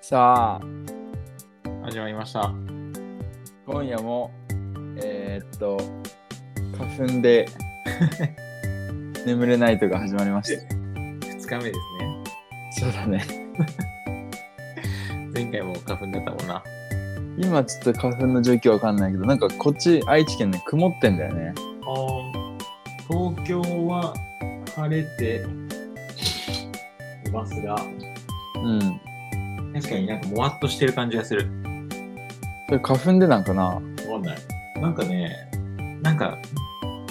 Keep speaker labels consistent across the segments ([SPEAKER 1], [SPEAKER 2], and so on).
[SPEAKER 1] さあ、
[SPEAKER 2] 始まりました。
[SPEAKER 1] 今夜も、えーっと、花粉で 眠れないとが始まりました。
[SPEAKER 2] 2日目です
[SPEAKER 1] そうだね。
[SPEAKER 2] ね。前回も花粉だったもんな。
[SPEAKER 1] 今ちょっと花粉の状況わかんないけど、なんかこっち愛知県ね、曇ってんだよね。
[SPEAKER 2] 東京は晴れていますが、
[SPEAKER 1] うん。そ
[SPEAKER 2] 確かになんかもわっとしてる感じがする。
[SPEAKER 1] れ花粉でなんかな
[SPEAKER 2] わかんない。なんかね、なんか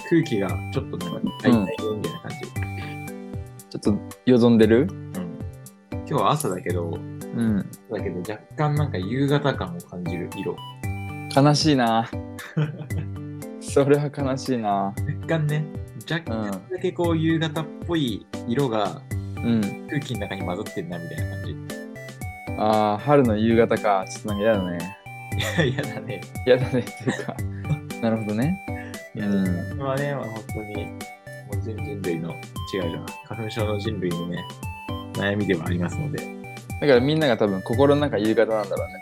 [SPEAKER 2] 空気がちょっとなんか大体みたいな感じ。
[SPEAKER 1] ちょっとよどんでる
[SPEAKER 2] うん今日は朝だけど、
[SPEAKER 1] うん。
[SPEAKER 2] だけど若干なんか夕方感を感じる色。
[SPEAKER 1] 悲しい な。それは悲しいな。
[SPEAKER 2] 若干ね、若干だけこう夕方っぽい色が
[SPEAKER 1] うん。
[SPEAKER 2] 空気の中に混ざってるなみたいな感じ。
[SPEAKER 1] ああ、春の夕方か。ちょっとなんか嫌だね。
[SPEAKER 2] 嫌だね。
[SPEAKER 1] 嫌だねっていう か。なるほどね。
[SPEAKER 2] いや、
[SPEAKER 1] うん
[SPEAKER 2] これはね、まあ、本当に、もう全人類の、違うじゃん、花粉症の人類のね、悩みではありますので、
[SPEAKER 1] だからみんなが多分心の中夕方なんだろうね、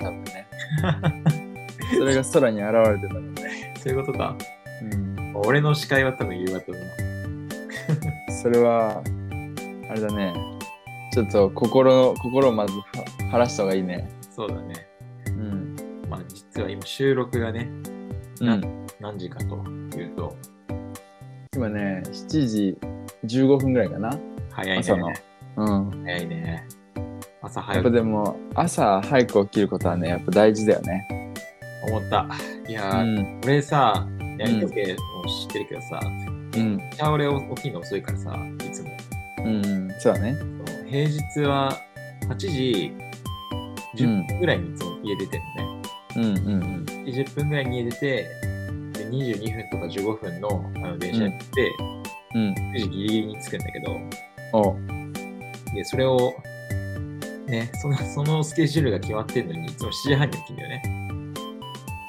[SPEAKER 1] 多分ね。 それが空に現れてたのね。
[SPEAKER 2] そういうことか。
[SPEAKER 1] うん。
[SPEAKER 2] 俺の視界は多分夕方だ
[SPEAKER 1] それは、あれだね。ちょっと心の、心をまずは晴らした方がいいね。
[SPEAKER 2] な。そうだね。
[SPEAKER 1] うん。
[SPEAKER 2] まあ、実は今、収録がね、
[SPEAKER 1] うん。
[SPEAKER 2] 何時かというと、
[SPEAKER 1] 今ね、7時15分ぐらいかな。
[SPEAKER 2] 早い
[SPEAKER 1] 朝の
[SPEAKER 2] ね。
[SPEAKER 1] うん。
[SPEAKER 2] 早いね。朝
[SPEAKER 1] や
[SPEAKER 2] 早
[SPEAKER 1] っぱ
[SPEAKER 2] く
[SPEAKER 1] でも、朝早く起きることはね、やっぱ大事だよね。
[SPEAKER 2] 思った。いやー、
[SPEAKER 1] ん。
[SPEAKER 2] 俺さ、やりとけも知ってるけどさ、
[SPEAKER 1] うん。
[SPEAKER 2] じゃあ俺起きるの遅いからさ、いつも。
[SPEAKER 1] うん。そうだね。
[SPEAKER 2] そう平日は8時10分ぐらいにいつも家出てるのね。
[SPEAKER 1] うんうん
[SPEAKER 2] 20分ぐらいに家出て、で22分とか15分のあの電車に行って、
[SPEAKER 1] うん。うん。
[SPEAKER 2] 9時ギリギリに着くんだけど、
[SPEAKER 1] おう
[SPEAKER 2] で、それを、ね、その、そのスケジュールが決まってんのに、いつも7時半に起きるんだよね。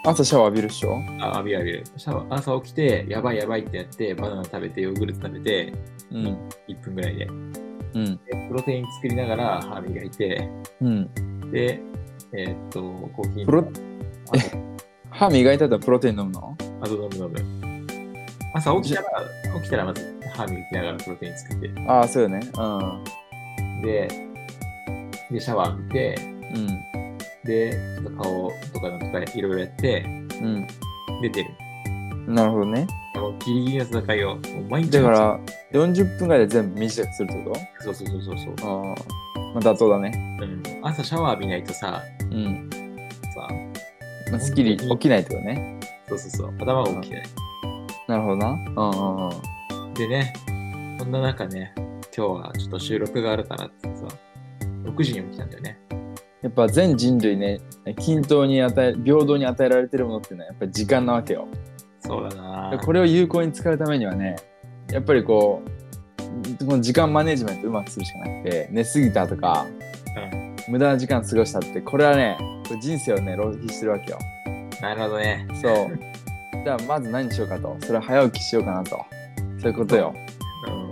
[SPEAKER 1] 朝シャワー浴びるっしょ
[SPEAKER 2] あ、浴びる浴びる。シャワー朝起きて、やばいやばいってやって、バナナ食べて、ヨーグルト食べて、
[SPEAKER 1] うん。
[SPEAKER 2] 1分ぐらいで。
[SPEAKER 1] うん。
[SPEAKER 2] でプロテイン作りながら歯磨いて、
[SPEAKER 1] うん。
[SPEAKER 2] で、えーっと、コーヒー。
[SPEAKER 1] プロ
[SPEAKER 2] あ
[SPEAKER 1] 歯磨いた後はプロテイン飲むの
[SPEAKER 2] あと飲む飲む。朝起きたら、起きたらまず歯磨きながらプロテイン作って、
[SPEAKER 1] ああ、そうよね。うん。
[SPEAKER 2] で、で、シャワー浴びて、
[SPEAKER 1] うん。
[SPEAKER 2] で、ちょっと顔とかなんとかいろいろやって、出てる。
[SPEAKER 1] うん。なるほどね。
[SPEAKER 2] もうギリギリの戦いを、もう毎日。
[SPEAKER 1] だか、ら、40分ぐらいで全部短くするってこ
[SPEAKER 2] そうそうそうそうそう、
[SPEAKER 1] とああ。まあ、妥当だね。
[SPEAKER 2] うん。朝シャワー浴びないとさ、
[SPEAKER 1] うん。
[SPEAKER 2] さ、
[SPEAKER 1] まあ、すっきり起きないってことね。
[SPEAKER 2] そうそうそう、頭が起きない。
[SPEAKER 1] なるほどな。うんうんうん。
[SPEAKER 2] でね、そんな中ね、今日はちょっと収録があるからってさ、6時に起きたんだよね。
[SPEAKER 1] やっぱ全人類ね、均等に与え、平等に与えられてるものっていうのはやっぱり時間なわけよ。
[SPEAKER 2] そうだな
[SPEAKER 1] これを有効に使うためにはね、やっぱりこう、この時間マネジメントうまくするしかなくて、寝すぎたとか、無駄な時間過ごしたって、これはね、これ人生をね、浪費してるわけよ。
[SPEAKER 2] なるほどね。
[SPEAKER 1] そう。じゃあまず何しようかと。それは早起きしようかなと。そういうことよ。
[SPEAKER 2] うん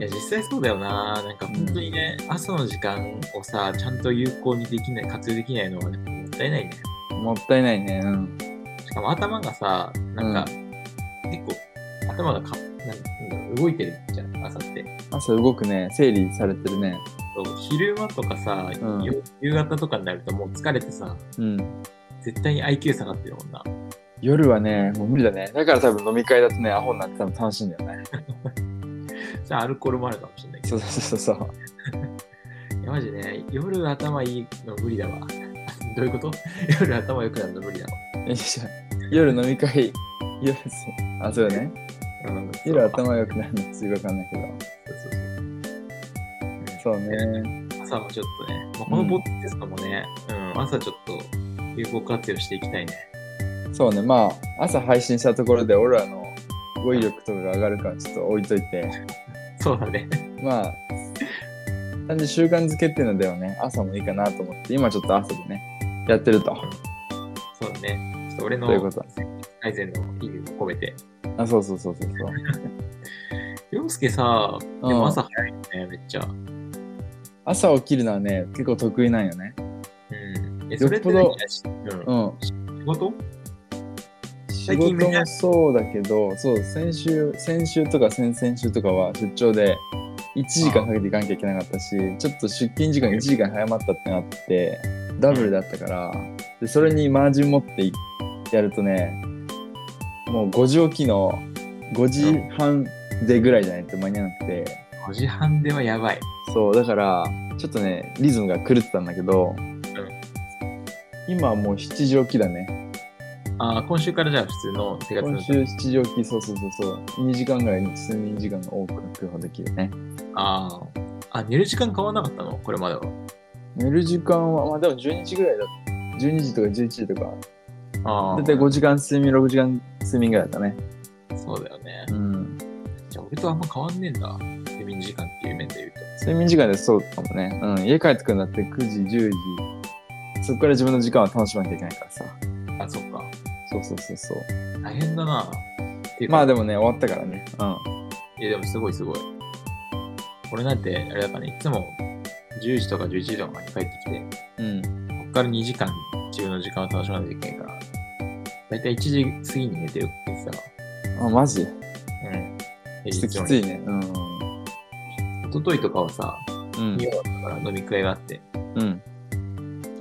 [SPEAKER 2] いや実際そうだよな、なんか本当にね、朝の時間をさ、ちゃんと有効にできない、活用できないのはね、もったいないね。
[SPEAKER 1] もったいないね。うん。
[SPEAKER 2] しかも頭がさ、なんか、結構、頭がかなんなんだろう動いてるじゃん、朝って。
[SPEAKER 1] 朝動くね、整理されてるね。
[SPEAKER 2] そう昼間とかさ、
[SPEAKER 1] うん
[SPEAKER 2] よ夕方とかになるともう疲れてさ、
[SPEAKER 1] うん。
[SPEAKER 2] 絶対に IQ 下がってるもんな。
[SPEAKER 1] 夜はね、もう無理だね。だから多分飲み会だとね、アホになって多分楽しいんだよね。
[SPEAKER 2] じゃあアルコールもあるかもしれないけ
[SPEAKER 1] そ
[SPEAKER 2] ど。
[SPEAKER 1] うそうそうそう。
[SPEAKER 2] いや、マジね、夜頭いいの無理だわ。 どういうこと夜頭良くなるの無理だわ。
[SPEAKER 1] よいしょ夜飲み会、夜、あ、そうよね。
[SPEAKER 2] うん
[SPEAKER 1] 夜頭良くなるのすごいわかんないけど。
[SPEAKER 2] そうそうそう
[SPEAKER 1] そうね。
[SPEAKER 2] 朝もちょっとね、まあ、このポッドキャストもね、うん朝ちょっと有効活用していきたいね。
[SPEAKER 1] そうね。まあ、朝配信したところで、俺らの語彙力とかが上がるからちょっと置いといて。
[SPEAKER 2] そうだね。
[SPEAKER 1] まあ、単純に習慣づけっていうのではね、朝もいいかなと思って、今ちょっと朝でね、やってると。
[SPEAKER 2] そうだね。ちょっと俺の
[SPEAKER 1] そういうこと
[SPEAKER 2] 改善の意味を込めて。
[SPEAKER 1] あ、そうそうそうそうそう。
[SPEAKER 2] 洋介さ、でも朝早いよね、めっちゃ。
[SPEAKER 1] 朝起きるのはね、結構得意なんよね。
[SPEAKER 2] え、それって
[SPEAKER 1] よっぽど
[SPEAKER 2] 何やし、うん、
[SPEAKER 1] うん。
[SPEAKER 2] 仕事
[SPEAKER 1] 仕
[SPEAKER 2] 最
[SPEAKER 1] 事
[SPEAKER 2] 近みん
[SPEAKER 1] も
[SPEAKER 2] な
[SPEAKER 1] そうだけど、そう、先週、先週とか先々週とかは出張で1時間かけて行かなきゃいけなかったし、ちょっと出勤時間1時間早まったってなって、ダブルだったから、でそれにマージン持ってやるとね、もう5時起きの5時半でぐらいじゃないと間に合わなくて、
[SPEAKER 2] 5時半ではやばい。
[SPEAKER 1] そう、だから、ちょっとね、リズムが狂ってたんだけど、今はもう7時起きだね。
[SPEAKER 2] ああ、今週からじゃあ普通の生活の
[SPEAKER 1] 今週7時起き、そうそうそうそう、2時間ぐらいに睡眠時間が多く確保できるね。
[SPEAKER 2] あーあ、寝る時間変わらなかったのこれまでは。
[SPEAKER 1] 寝る時間は、まあでも12時ぐらいだ12時とか11時とか、
[SPEAKER 2] ああ、
[SPEAKER 1] だいたい5時間睡眠、6時間睡眠ぐらいだったね。
[SPEAKER 2] そうだよね。
[SPEAKER 1] うん。
[SPEAKER 2] じゃあ俺とあんま変わんねえんだ。睡眠時間っていう面で言うと。
[SPEAKER 1] 睡眠時間でそうかもね。うん。家帰ってくるんだって9時、10時。そこから自分の時間を楽しまなきゃいけないからさ。
[SPEAKER 2] あ、そっか。
[SPEAKER 1] そうそうそうそう。
[SPEAKER 2] 大変だな。っていうか
[SPEAKER 1] まあでもね、終わったからね。うん。
[SPEAKER 2] いやでもすごいすごい。俺なんて、あれだからね、いつも10時とか11時とかに帰ってきて、
[SPEAKER 1] うん。
[SPEAKER 2] こっから2時間自分の時間を楽しまなきゃいけないから、だいたい1時過ぎに寝てるって言ってたか
[SPEAKER 1] あ、マジ
[SPEAKER 2] ら。うん。
[SPEAKER 1] きつき
[SPEAKER 2] 平
[SPEAKER 1] つ
[SPEAKER 2] 日
[SPEAKER 1] いね。うん。
[SPEAKER 2] の一昨日とかはさ、
[SPEAKER 1] うん
[SPEAKER 2] 日。曜だったから飲み会があって、
[SPEAKER 1] うん。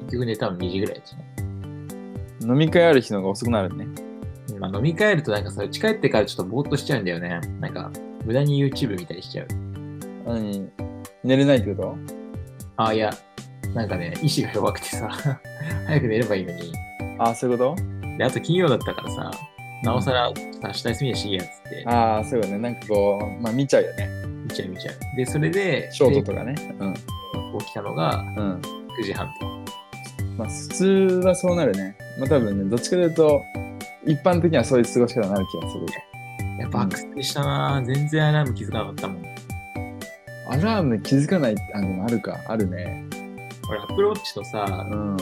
[SPEAKER 2] 結局寝たの2時ぐらいですね。
[SPEAKER 1] 飲み会ある日の方が遅くなるね。
[SPEAKER 2] まあ飲み会やるとなんかさ、家帰ってからちょっとぼーっとしちゃうんだよね。なんか、無駄に YouTube 見たりしちゃう。
[SPEAKER 1] 何寝れないってこと
[SPEAKER 2] あ、いや、なんかね、意志が弱くてさ、 早く寝ればいいのに。
[SPEAKER 1] あ、そういうこと
[SPEAKER 2] で、あと金曜だったからさ、なおさら、明日休みだしいいやっつって、
[SPEAKER 1] ああ、そうよね。なんかこう、まあ見ちゃうよね。
[SPEAKER 2] 見ちゃう見ちゃう。で、それで、
[SPEAKER 1] ショートとかね。
[SPEAKER 2] で起きたのが
[SPEAKER 1] うん。うん。
[SPEAKER 2] 9時半と。
[SPEAKER 1] まあ普通はそうなるね。まあ多分ね、どっちかというと、一般的にはそういう過ごし方になる気がする。
[SPEAKER 2] いや、爆睡したなぁ全然アラーム気づかなかったもん。
[SPEAKER 1] アラーム気づかないあ、でもあるか。あるね。
[SPEAKER 2] 俺、アップルウォッチと
[SPEAKER 1] う
[SPEAKER 2] さ、
[SPEAKER 1] ん。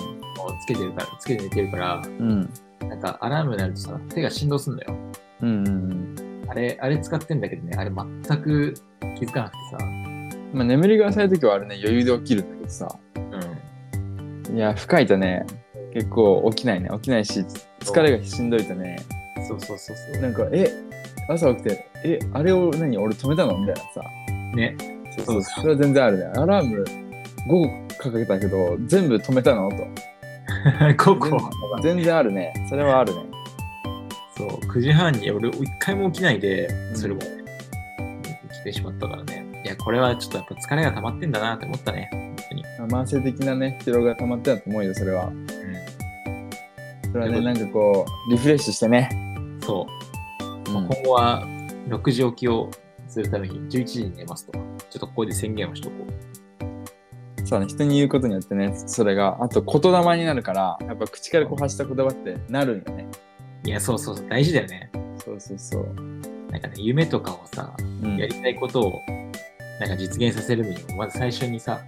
[SPEAKER 2] つけてるから、つけて寝てるから、
[SPEAKER 1] うん。
[SPEAKER 2] なんかアラームになるとさ、手が振動すんのよ。
[SPEAKER 1] うんうん
[SPEAKER 2] あれ、あれ使ってんだけどね、あれ全く気づかなく
[SPEAKER 1] うん。まあ眠りが浅い時はあれね、余裕で起きるんだけどさ。
[SPEAKER 2] てさ、
[SPEAKER 1] いや、深いとね、結構起きないね。起きないし、疲れがしんどいとね、
[SPEAKER 2] うん。そうそうそうそ
[SPEAKER 1] なんか、え、朝起きて、え、あれを何俺止めたのみたいなさ。
[SPEAKER 2] う。ね。
[SPEAKER 1] そうそう、それは全然あるね。アラーム午後かけたけど、全部止めたのと。
[SPEAKER 2] ここ。
[SPEAKER 1] 全然あるね。それはあるね。
[SPEAKER 2] そう、9時半に俺、一回も起きないで、それも、起きてしまったからね。いや、これはちょっとやっぱ疲れが溜まってんだなって思ったね。本当に。
[SPEAKER 1] 慢性的なね、疲労が溜まってたと思うよ、それは。それはね、なんかこう、リフレッシュしてね。
[SPEAKER 2] そう。
[SPEAKER 1] う
[SPEAKER 2] まあ
[SPEAKER 1] ん
[SPEAKER 2] 今後は、6時起きをするために11時に寝ますと。ちょっとここで宣言をしとこう。
[SPEAKER 1] そうね、人に言うことによってね、それが、あと言霊になるから、やっぱ口からこう発した言葉ってなるんよね。
[SPEAKER 2] いや、そうそうそう、大事だよね。
[SPEAKER 1] そうそうそう。
[SPEAKER 2] なんかね、夢とかをさ、
[SPEAKER 1] うん
[SPEAKER 2] や、りたいことを、なんか実現させるのにも、まず最初にさ、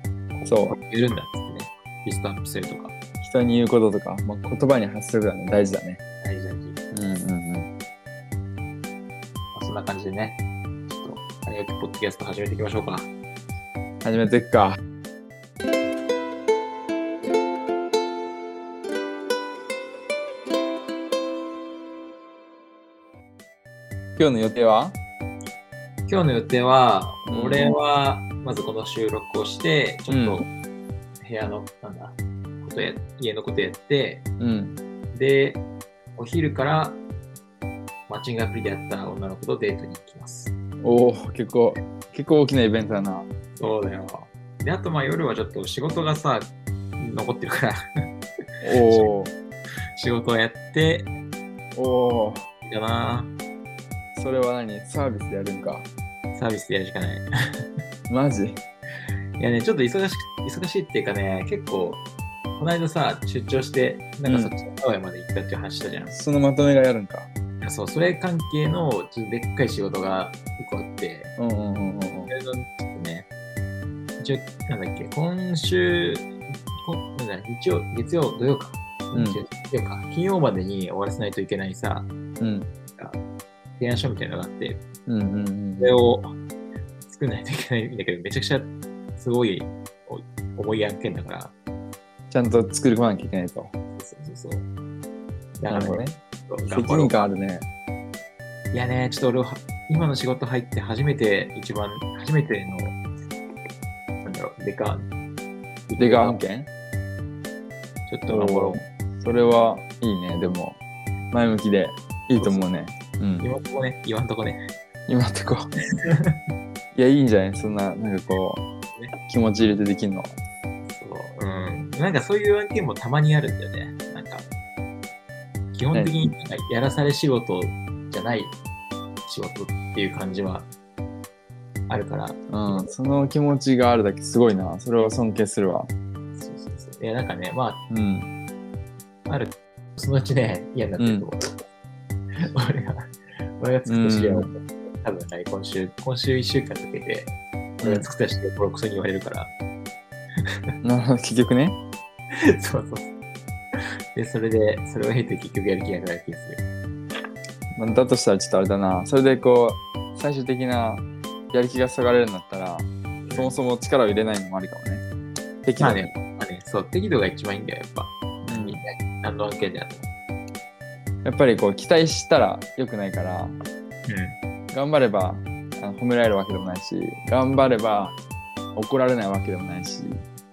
[SPEAKER 1] そ
[SPEAKER 2] こ
[SPEAKER 1] う、
[SPEAKER 2] れやるんだっつってね、リストアップするとか、
[SPEAKER 1] 人に言うこととか、まあ、言葉に発することはね、大事だね。
[SPEAKER 2] 大事大事。
[SPEAKER 1] うんうんうん。
[SPEAKER 2] まあそんな感じでね、ちょっと、あれよくポッドキャスト始めていきましょうか。
[SPEAKER 1] 始めてっか。今日の予定は
[SPEAKER 2] 今日の予定は
[SPEAKER 1] うん、
[SPEAKER 2] 俺は、まずこの収録をして、ちょっ
[SPEAKER 1] う
[SPEAKER 2] と、部屋の、なんだ、ことや、家のことやって、
[SPEAKER 1] うん。
[SPEAKER 2] で、お昼から、マッチングアプリで会った女の子とデートに行きます。
[SPEAKER 1] おお、結構、結構大きなイベントだな。
[SPEAKER 2] そうだよ。で、あと、まあ、夜はちょっと仕事がさ、残ってるから、
[SPEAKER 1] お
[SPEAKER 2] 仕事をやって、
[SPEAKER 1] お、おお、
[SPEAKER 2] いいかな。
[SPEAKER 1] それは何サービスでやるんか。
[SPEAKER 2] サービスでやるしかない。
[SPEAKER 1] マジ
[SPEAKER 2] いやね、ちょっと忙しく、忙しいっていうかね、結構、この間さ、出張して、なんかそっちの名古屋まで行ったっていう話したじゃん。
[SPEAKER 1] そのまとめがやるんか。
[SPEAKER 2] いやそう、それ関係の、ちょっとでっかい仕事が一個あって、
[SPEAKER 1] うんうんうんうん
[SPEAKER 2] それの、ちょっとね、一応、なんだっけ、今週、こなんだ日曜、月曜、土曜か。
[SPEAKER 1] うん
[SPEAKER 2] 日曜土曜か。金曜までに終わらせないといけないさ、
[SPEAKER 1] うん。
[SPEAKER 2] 提案書みたいなのがあって、
[SPEAKER 1] うんうんうん
[SPEAKER 2] それを作らないといけないんだけど、めちゃくちゃすごい重い案件だから、
[SPEAKER 1] ちゃんと作り込まなきゃいけないと。
[SPEAKER 2] そうそうそう。だ
[SPEAKER 1] な
[SPEAKER 2] から
[SPEAKER 1] るほど
[SPEAKER 2] ね、
[SPEAKER 1] ね。
[SPEAKER 2] ちょっと頑
[SPEAKER 1] 責
[SPEAKER 2] 張ろう
[SPEAKER 1] 任感あるね。
[SPEAKER 2] いやね、ちょっと俺は、今の仕事入って初めて、一番、初めての、なんだろう、デカ、
[SPEAKER 1] 出川案件
[SPEAKER 2] ちょっと頑張ろう。
[SPEAKER 1] それはいいね、でも。前向きでいいと思うね。うん。
[SPEAKER 2] 今んとこね、今んとこね。
[SPEAKER 1] 今んと こ。いや、いいんじゃないそんな、なんかこ
[SPEAKER 2] ね
[SPEAKER 1] う、気持ち入れてできるの。
[SPEAKER 2] そう。うん。なんかそういう案件もたまにあるんだよね。なんか、基本的になんかやらされ仕事じゃない仕事っていう感じはあるから、
[SPEAKER 1] うん。その気持ちがあるだけすごいな。それは尊敬するわ。
[SPEAKER 2] そうそうそう。いや、なんかね、ま
[SPEAKER 1] うん。
[SPEAKER 2] あ、ある、そのうちね、嫌になってると思う。俺が、俺が作った資料を、
[SPEAKER 1] う
[SPEAKER 2] 多分ね、今週、今週1週間かけて、俺が作った資料、ボロクソに言われるから、
[SPEAKER 1] なるほど、結局ね。
[SPEAKER 2] そうそう。で、それで、それを経て結局やる気がなくなる気がする。
[SPEAKER 1] まあだとしたらちょっとあれだな。それでこう、最終的なやる気が下がれるんだったら、そもそも力を入れないのもありかもね。適
[SPEAKER 2] ま
[SPEAKER 1] 度
[SPEAKER 2] あ
[SPEAKER 1] に。
[SPEAKER 2] ね、まあね、そう、適度が一番いいんだよ、やっぱ。みんな、何の案件じゃなくても。
[SPEAKER 1] やっぱりこう、期待したら良くないから、頑張ればあの褒められるわけでもないし、頑張れば怒られないわけでもないし、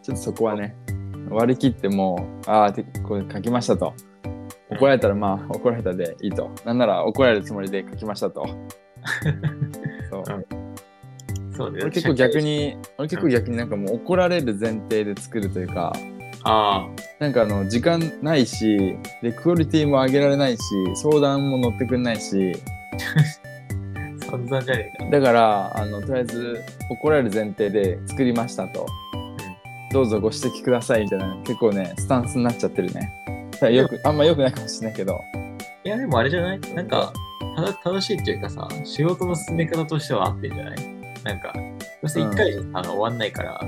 [SPEAKER 1] ちょっとそこはね、割り切ってもう、ああ、てこれ書きましたと。
[SPEAKER 2] うん
[SPEAKER 1] 怒られたらまあ怒られたでいいと。なんなら怒られるつもりで書きましたと。そう
[SPEAKER 2] うんうん。そうだよ
[SPEAKER 1] 俺結構逆。に、俺結構逆になんかもう怒られる前提で作るというか、
[SPEAKER 2] あ
[SPEAKER 1] なんかあの、時間ないし、で、クオリティも上げられないし、相談も乗ってくんないし、
[SPEAKER 2] あ、散々じゃねえか。
[SPEAKER 1] だから、あの、とりあえず怒られる前提で作りましたと。どうぞご指摘くださいみたいな、結構ね、スタンスになっちゃってるね。だからよく、あんま良くないかもしれないけど。
[SPEAKER 2] いや、でもあれじゃないなんか、ただ正しいっていうかさ、仕事の進め方としては合ってんじゃないなんか、そして一回じゃあの終わんないから、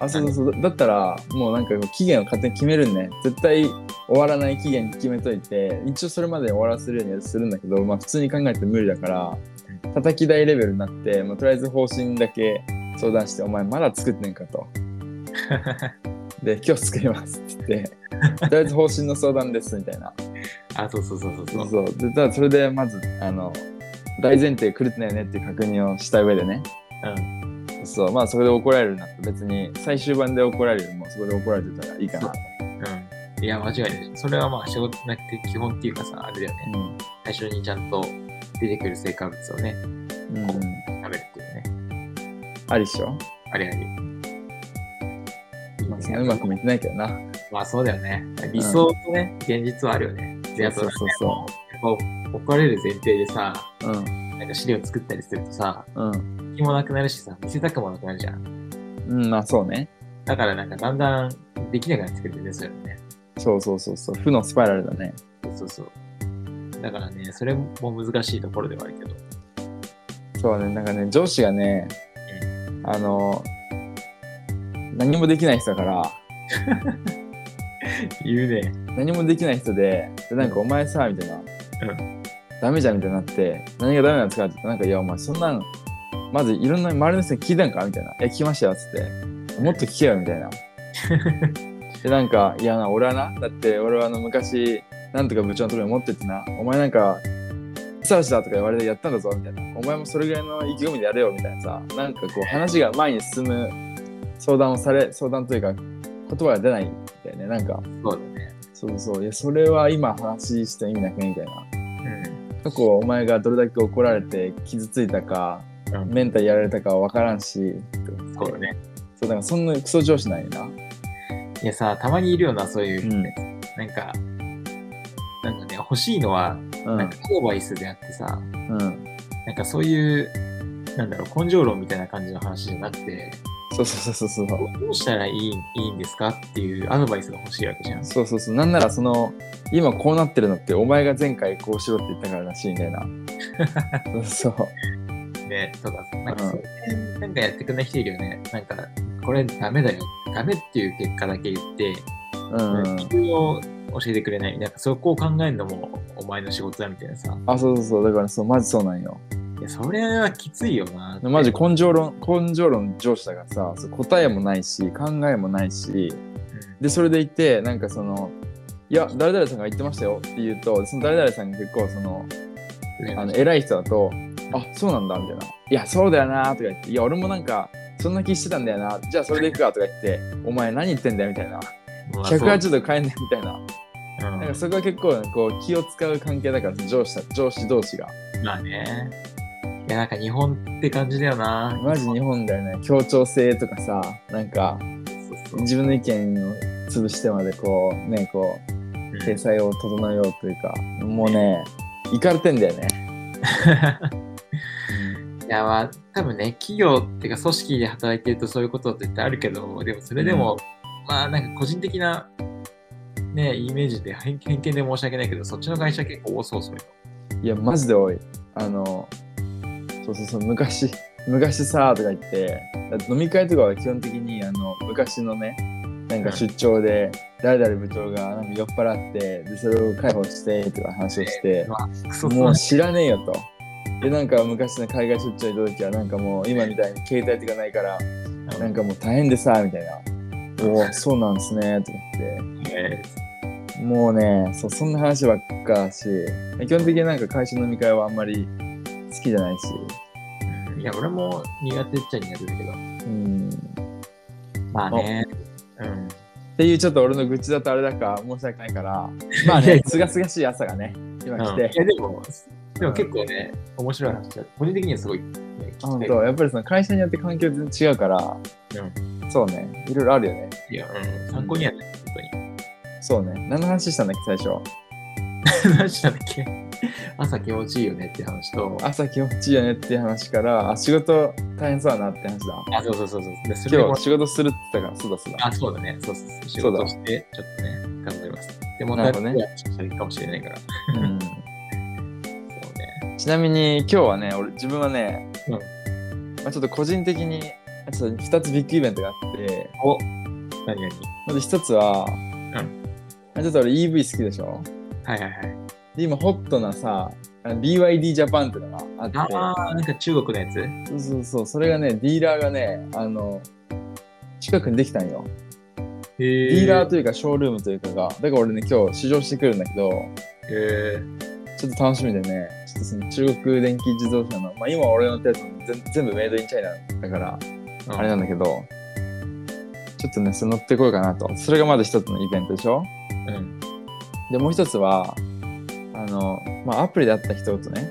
[SPEAKER 1] あ、そうそうそう。だったら、もうなんか期限を勝手に決めるね。絶対終わらない期限決めといて、一応それまでに終わらせるようにするんだけど、まあ普通に考えて無理だから、叩き台レベルになって、まあとりあえず方針だけ相談して、お前まだ作ってんかと。で、今日作りますって言って、とりあえず方針の相談ですみたいな。
[SPEAKER 2] あ、そうそうそうそうそ
[SPEAKER 1] そうう。そう。で、ただそれでまず、あの、大前提狂ってないよねっていう確認をした上でね。
[SPEAKER 2] うん。
[SPEAKER 1] そう、まあそこで怒られるなって別に最終版で怒られるよりもそこで怒られてたらいいかな。
[SPEAKER 2] うん。いや、間違いない。それはまあ、仕事なくて基本っていうかさ、あれだよね。最初にちゃんと出てくる成果物をね、
[SPEAKER 1] うん。うん。
[SPEAKER 2] 食べるっていうね。
[SPEAKER 1] ありっしょ、
[SPEAKER 2] ありあり。いい
[SPEAKER 1] まあ、そん
[SPEAKER 2] ね
[SPEAKER 1] なうまくもいってないけどな。
[SPEAKER 2] まあそうだよね。理想とね、現実はあるよね。であと
[SPEAKER 1] そうそうそ
[SPEAKER 2] こう怒られる前提でさ、
[SPEAKER 1] う。うん。
[SPEAKER 2] なんか資料作ったりするとさ、
[SPEAKER 1] うん。
[SPEAKER 2] 気もなくなるしさ、見せたくもなくなるじゃん。
[SPEAKER 1] うん、まあそうね。
[SPEAKER 2] だからなんかだんだんできなくなってくるんですよね。
[SPEAKER 1] そうそうそうそう。負のスパイラルだね。
[SPEAKER 2] そうそう。だからね、それも難しいところではあるけど。
[SPEAKER 1] そうね。なんかね、上司がね、あの、何もできない人だから、
[SPEAKER 2] 言うね。
[SPEAKER 1] 何もできない人で、でなんかお前さ、みたいな、ダメじゃんみたいになって、何がダメなんですかって言って、なんか、いや、お前そんなん、まずいろんな周りの人に聞いたんかみたいな。いや、聞きましたよ、つって。もっと聞けよ、みたい な。で、なんか、いやな、俺はな、だって俺はあの昔、なんとか部長のところに持ってってな、お前なんか、サラシだとか言われてやったんだぞ、みたいな。お前もそれぐらいの意気込みでやれよ、みたいなさ。なんかこう、話が前に進む相談をされ、相談というか、言葉が出ないんだよね。なんか、
[SPEAKER 2] そうだね。
[SPEAKER 1] そうそう。いや、それは今話して意味なくねみたいな。
[SPEAKER 2] うん。
[SPEAKER 1] 過去お前がどれだけ怒られて傷ついたか、
[SPEAKER 2] うん
[SPEAKER 1] メンタルやられたかは分からんし、
[SPEAKER 2] そうだね。
[SPEAKER 1] そうだからそんなクソ上司なんやな。
[SPEAKER 2] いやさ、たまにいるよな、そういう人って。なんか、なんかね、欲しいのは、
[SPEAKER 1] う
[SPEAKER 2] なん
[SPEAKER 1] ん
[SPEAKER 2] か。アドバイスであってさ、
[SPEAKER 1] うん。
[SPEAKER 2] なんかそういう、なんだろう、根性論みたいな感じの話じゃなくて、
[SPEAKER 1] そうそうそうそうそう。
[SPEAKER 2] どうしたらいいいいんですかっていうアドバイスが欲しいわけじゃん。
[SPEAKER 1] そうそうそう。なんならその、今こうなってるのってお前が前回こうしろって言ったかららしいみたい な。そうそう。
[SPEAKER 2] ね、とか、なん
[SPEAKER 1] う
[SPEAKER 2] か
[SPEAKER 1] ん
[SPEAKER 2] その辺なんかやってくれない人いるよね。なんか、これダメだよ。ダメっていう結果だけ言って、
[SPEAKER 1] うん。
[SPEAKER 2] 理由を教えてくれない。なんかそこを考えるのもお前の仕事だみたいなさ。
[SPEAKER 1] あ、そうそうそう。だからそう、マジそうなんよ。
[SPEAKER 2] いや、それはきついよな。
[SPEAKER 1] マジ根性論、根性論上司だからさ、そう答えもないし、考えもないし、
[SPEAKER 2] うん
[SPEAKER 1] でそれでいてなんかその「いや誰々さんが言ってましたよ」って言うとその誰々さんが結構そのあの偉い人だと「あそうなんだ」みたいな「いやそうだよな」とか言って「いや俺もなんかそんな気してたんだよなじゃあそれでいくか」とか言って「お前何言ってんだよ」みたいな180度変えんねみたいな
[SPEAKER 2] うん
[SPEAKER 1] なんかそこは結構こう気を使う関係だから上司上司同士が
[SPEAKER 2] まあね。いや、なんか日本って感じだよな。
[SPEAKER 1] マジ日本だよね協調性とかさなんか
[SPEAKER 2] そうそう
[SPEAKER 1] 自分の意見を潰してまでこうねこう
[SPEAKER 2] うん
[SPEAKER 1] 体 裁を整えようというかもうねいかれてんだよね
[SPEAKER 2] いや、まあ、多分ね、企業っていうか組織で働いてるとそういうことって絶対あるけど、でもそれでも、まあ、なんか個人的な、ね、イメージで偏偏見で申し訳ないけど、そっちの会社結構多そうそういう
[SPEAKER 1] いやマジで多いあのそうそうそう昔昔さとか言ってだって飲み会とかは基本的にあの昔のねなんか出張で誰々部長がなんか酔っ払ってでそれを解放してとか話をして
[SPEAKER 2] の。まあ、クソ
[SPEAKER 1] もう知らねえよと。で、なんか昔の海外出張行った時は、なんかもう今みたいに携帯とかないから、なんかもう大変でさ、みたいな。おお、そうなんですね、とか言
[SPEAKER 2] え
[SPEAKER 1] って。もうね、そう、そんな話ばっかだし、基本的になんか会社飲み会はあんまり好きじゃないし。
[SPEAKER 2] ーいや、俺も苦手っちゃ苦手だけど、
[SPEAKER 1] うん。っ
[SPEAKER 2] まあね、うん。
[SPEAKER 1] ていうちょっと俺の愚痴だとあれだか申し訳ないから、まあ ね、すがすがしい朝がね、今来
[SPEAKER 2] うんい
[SPEAKER 1] て。
[SPEAKER 2] やでも、でも結構ね、面白い話だ。個人的にはすごい、ね、聞きたい
[SPEAKER 1] 本当やっぱりその会社によって環境全然違うから、そうね、いろいろあるよね。
[SPEAKER 2] いや、うん、参考にはなる、本当に。
[SPEAKER 1] そうね。何の話したんだっけ、最初。
[SPEAKER 2] 何したんだっけ朝気持ちいいよねって話と、
[SPEAKER 1] 朝気持ちいいよねっていう話から、あ、仕事大変そうだなって話だ。
[SPEAKER 2] あ、そうそうそうそう。でそれ
[SPEAKER 1] 今
[SPEAKER 2] も
[SPEAKER 1] 日仕事するって言ったから、そうだそうだ。
[SPEAKER 2] あ、そうだね。そうそうそう。仕
[SPEAKER 1] そうだ
[SPEAKER 2] 事して、ちょっとね、頑張ります。でも、
[SPEAKER 1] な
[SPEAKER 2] な
[SPEAKER 1] る
[SPEAKER 2] ん
[SPEAKER 1] ほ
[SPEAKER 2] か
[SPEAKER 1] どね
[SPEAKER 2] ね、したらいいかもしれないから。そううん
[SPEAKER 1] ちなみに今日はね、俺自分はね、
[SPEAKER 2] うん
[SPEAKER 1] まあ、ちょっと個人的にちょっと2つビッグイベントがあって、
[SPEAKER 2] ね。何々。
[SPEAKER 1] まず1つは、あちょっと俺 EV 好きでしょ
[SPEAKER 2] はいはいはい。
[SPEAKER 1] で、今ホットなさ、あの BYD ジャパンってのがあって、
[SPEAKER 2] あー、なんか中国のやつ
[SPEAKER 1] そうそうそう、それがね、ディーラーがね、あの、近くにできたんよ。
[SPEAKER 2] デ
[SPEAKER 1] ディーラー
[SPEAKER 2] と。
[SPEAKER 1] というかショールームというかが、だから俺ね、今日試乗してくるんだけど、
[SPEAKER 2] え
[SPEAKER 1] ちょっと楽しみでね、ちょっとその中国電気自動車の、まあ今俺の手やつ全全部メイドインチャイナだから、
[SPEAKER 2] ー、
[SPEAKER 1] あれなんだけど、ちょっとね、それ乗ってこようかなと。それがまず一つのイベントでしょ
[SPEAKER 2] うん。
[SPEAKER 1] で、もう一つは、あの、まあアプリで会った人とね、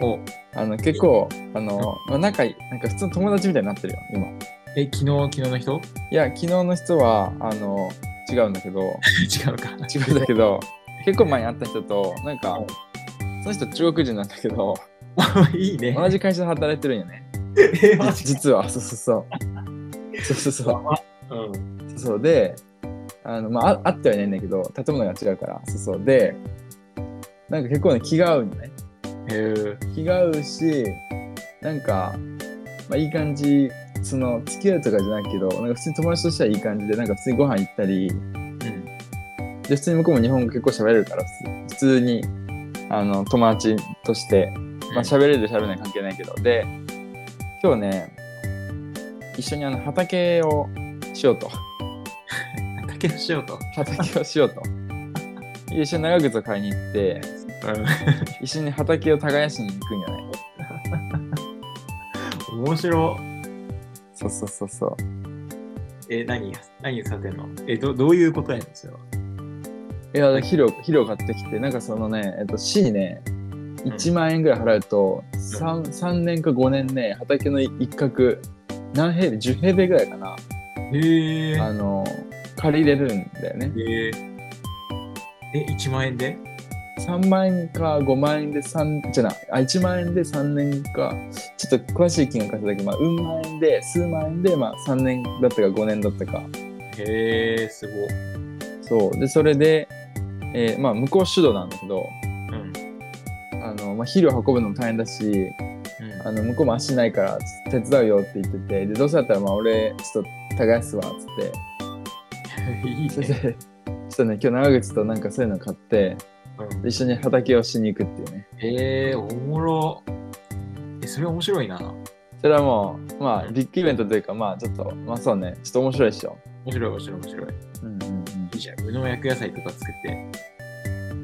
[SPEAKER 2] お
[SPEAKER 1] あの結構、あの、まあ仲いい、なんか普通の友達みたいになってるよ、今。い
[SPEAKER 2] え、昨日、昨日の人
[SPEAKER 1] や、昨日の人は、あの、違うんだけど、
[SPEAKER 2] 違うか。
[SPEAKER 1] 違うんだけど、結構前に会った人と、なんか、その人中国人なんだけど、
[SPEAKER 2] いいね。
[SPEAKER 1] 同じ会社で働いてるんよね。
[SPEAKER 2] え、マジ
[SPEAKER 1] 実はそうそうそうそうそうそ
[SPEAKER 2] うん。
[SPEAKER 1] うそうであのまあああってはいないんだけど建物が違うからそうそうでなんか結構ね気が合うんだね
[SPEAKER 2] えー、
[SPEAKER 1] 気が合うしなんか、まあ、いい感じその付き合うとかじゃないけどなんか普通に友達としてはいい感じでなんか普通にご飯行ったり
[SPEAKER 2] うん。
[SPEAKER 1] で普通に向こうも日本語結構喋れるから普通普通にあの友達としてまあ喋れる喋れない関係ないけどで今日ね一緒にあの畑をしようと
[SPEAKER 2] 竹の塩と。
[SPEAKER 1] 畑をしようと一緒に長靴を買いに行って一緒に畑を耕しに行くんじゃない
[SPEAKER 2] うん。面白い。
[SPEAKER 1] そうそうそうそう
[SPEAKER 2] え、何何されてんのえ、どどういうことやねんですよ。
[SPEAKER 1] いや肥料肥料買ってきてなんかそのね、えっと、市にね1万円ぐらい払うと 3, 3年か5年ね畑の一角何平米10平米ぐらいかな
[SPEAKER 2] へえ。
[SPEAKER 1] あの借りれるんだよね
[SPEAKER 2] へえ。え、1万円で
[SPEAKER 1] 3万円か5万円で3じゃないあ1万円で3年かちょっと詳しい金額書いてたけど、まあ、うん万円で数万円で、まあ、3年だったか5年だったか
[SPEAKER 2] へえ、すごい。
[SPEAKER 1] そうでそれで、えーまあ、向こう主導なんだけど
[SPEAKER 2] うん。
[SPEAKER 1] あの、まあ、肥料運ぶのも大変だしあの向こうも足ないから手伝うよって言っててでどうせだったらまあ俺ちょっと耕すわっつって
[SPEAKER 2] うん、いい
[SPEAKER 1] それ
[SPEAKER 2] ね。
[SPEAKER 1] で ちょっとね今日長靴となんかそういうの買って
[SPEAKER 2] うん
[SPEAKER 1] で一緒に畑をしに行くっていうね
[SPEAKER 2] へえ、おもろ。え、それ面白いな。
[SPEAKER 1] それはもうまあビッグイベントというかまあちょっとまあそうねちょっと面白いっしょ
[SPEAKER 2] 面白い面白い面白い。
[SPEAKER 1] うんうん
[SPEAKER 2] いいじゃん。無農薬野菜とか作って。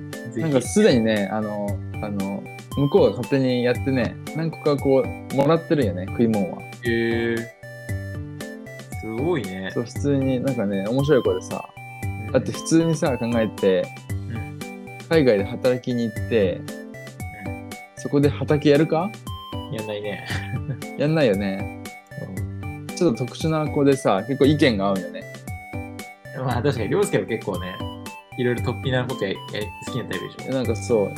[SPEAKER 1] う
[SPEAKER 2] ぜ
[SPEAKER 1] ん、
[SPEAKER 2] ひ
[SPEAKER 1] なんかすでにねあのあの向こうが勝手にやってね何個かこうもらってるよね食い物は
[SPEAKER 2] へえすごいね。
[SPEAKER 1] そう普通になんかね面白い子でさ
[SPEAKER 2] うん
[SPEAKER 1] だって普通にさ考えて
[SPEAKER 2] うん
[SPEAKER 1] 海外で働きに行って
[SPEAKER 2] う
[SPEAKER 1] そこで畑やるか
[SPEAKER 2] やんないね。
[SPEAKER 1] やんないよねちょっと特殊な子でさ結構意見が合うよね
[SPEAKER 2] まあ確かに、涼介は結構ね、いろいろ突飛なことややり好きなタイプでしょ。
[SPEAKER 1] なんかそ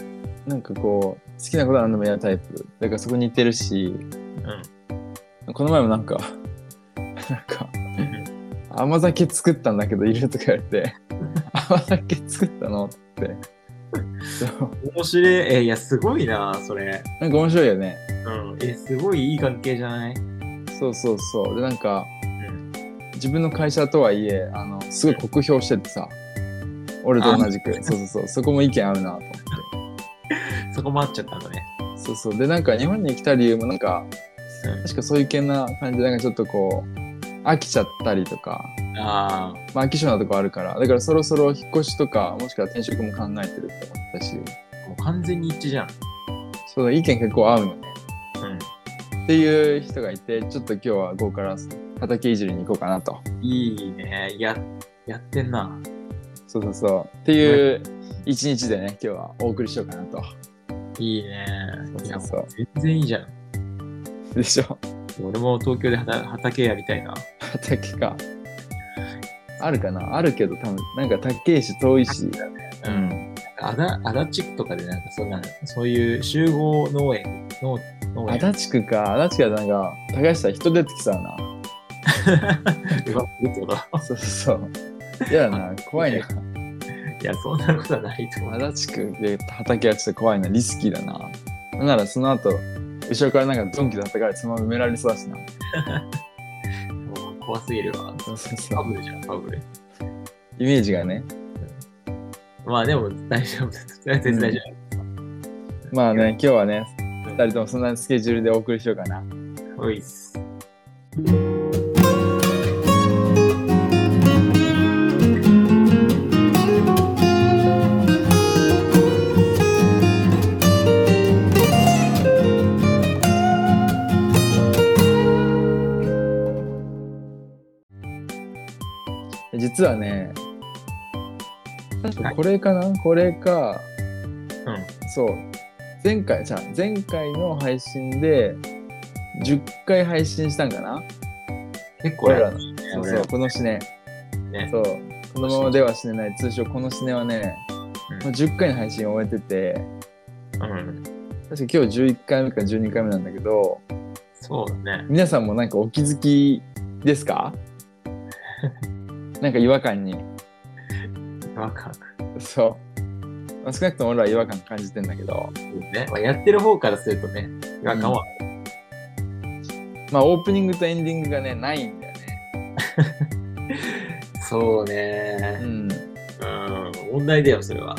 [SPEAKER 1] うなんかこう好きなことは何でもやるタイプだからそこに似てるし
[SPEAKER 2] うん。
[SPEAKER 1] この前もなんか なんか甘酒作ったんだけどいるとか言われて甘酒作ったのってそう
[SPEAKER 2] 面白い。えいや、すごいな、それ。
[SPEAKER 1] なんか面白いよね
[SPEAKER 2] うん。え、すごいいい関係じゃない
[SPEAKER 1] そうそうそうでなんか
[SPEAKER 2] うん。
[SPEAKER 1] 自分の会社とはいえあのすごい酷評しててさ俺と同じくそうそうそうそこも意見合うなと思って
[SPEAKER 2] そこもあっちゃったんだね。
[SPEAKER 1] そうそうでなんか日本に来た理由もなんか
[SPEAKER 2] うん
[SPEAKER 1] 確かそういう系な感じでなんかちょっとこう飽きちゃったりとか、
[SPEAKER 2] ああ、
[SPEAKER 1] まあ、飽き性なとこあるからだからそろそろ引っ越しとかもしくは転職も考えてるって思ったし
[SPEAKER 2] もう完全に一致じゃん。
[SPEAKER 1] そう意見結構合うよね
[SPEAKER 2] うん。
[SPEAKER 1] っていう人がいてちょっと今日は午後から畑いじりに行こうかなと
[SPEAKER 2] いいね。や、やってんな。
[SPEAKER 1] そうそうそうっていう一日でね今日はお送りしようかなと
[SPEAKER 2] いいね。い
[SPEAKER 1] そ
[SPEAKER 2] や
[SPEAKER 1] うそう
[SPEAKER 2] 全然いいじゃん。
[SPEAKER 1] でしょ
[SPEAKER 2] 俺も東京で畑畑やりたいな。
[SPEAKER 1] 畑か。あるかなあるけど、多分なんか高いし遠いし。う。ん。
[SPEAKER 2] あだ足立区とかでなんかそんな、そういう集合農園、農農園。
[SPEAKER 1] 足立区か。足立区はなんか、高橋さん人出てきそうな。
[SPEAKER 2] うわいいってこと だ
[SPEAKER 1] そうそうそう。やだ な、怖いな。
[SPEAKER 2] いや、そんなことはないと思う。
[SPEAKER 1] 足立区で畑はちょっと怖いな。リスキーだな。なんならその後、後ろからなんかドンキで戦われてそのまま埋められそうだしな。
[SPEAKER 2] もう怖すぎるわ。
[SPEAKER 1] そうそうそ
[SPEAKER 2] パ
[SPEAKER 1] う。
[SPEAKER 2] ブルじゃん、パブル。
[SPEAKER 1] イメージがね。
[SPEAKER 2] まあでも大丈夫だ。全然大丈
[SPEAKER 1] まあね、今日はね、二人ともそんなスケジュールでお送りしようかな。
[SPEAKER 2] 夫。おいっす。
[SPEAKER 1] 実はね、確かこれかなこれか、
[SPEAKER 2] うん。
[SPEAKER 1] そう。前回、じゃあ前回の配信で、10回配信したんかな
[SPEAKER 2] 結構や
[SPEAKER 1] 俺ら
[SPEAKER 2] る
[SPEAKER 1] の
[SPEAKER 2] ね。
[SPEAKER 1] そう
[SPEAKER 2] 俺
[SPEAKER 1] そ
[SPEAKER 2] ら
[SPEAKER 1] う、この死ね。
[SPEAKER 2] ね。
[SPEAKER 1] そう。このままでは死ねない。通称、この死ねはね、
[SPEAKER 2] うん
[SPEAKER 1] もう10回の配信を終えてて、
[SPEAKER 2] うん。
[SPEAKER 1] 確か今日11回目か12回目なんだけど、
[SPEAKER 2] そうだね。
[SPEAKER 1] 皆さんもなんかお気づきです かなんか違和感に。
[SPEAKER 2] わか
[SPEAKER 1] そう。まあ少なくとも俺らは違和感感じてんだけど、
[SPEAKER 2] る。ね。まあ、やってる方からするとね、違和感は。
[SPEAKER 1] まあオープニングとエンディングがね、ないんだよね。
[SPEAKER 2] そうね
[SPEAKER 1] う。ん。
[SPEAKER 2] うん。問題だよ、それは。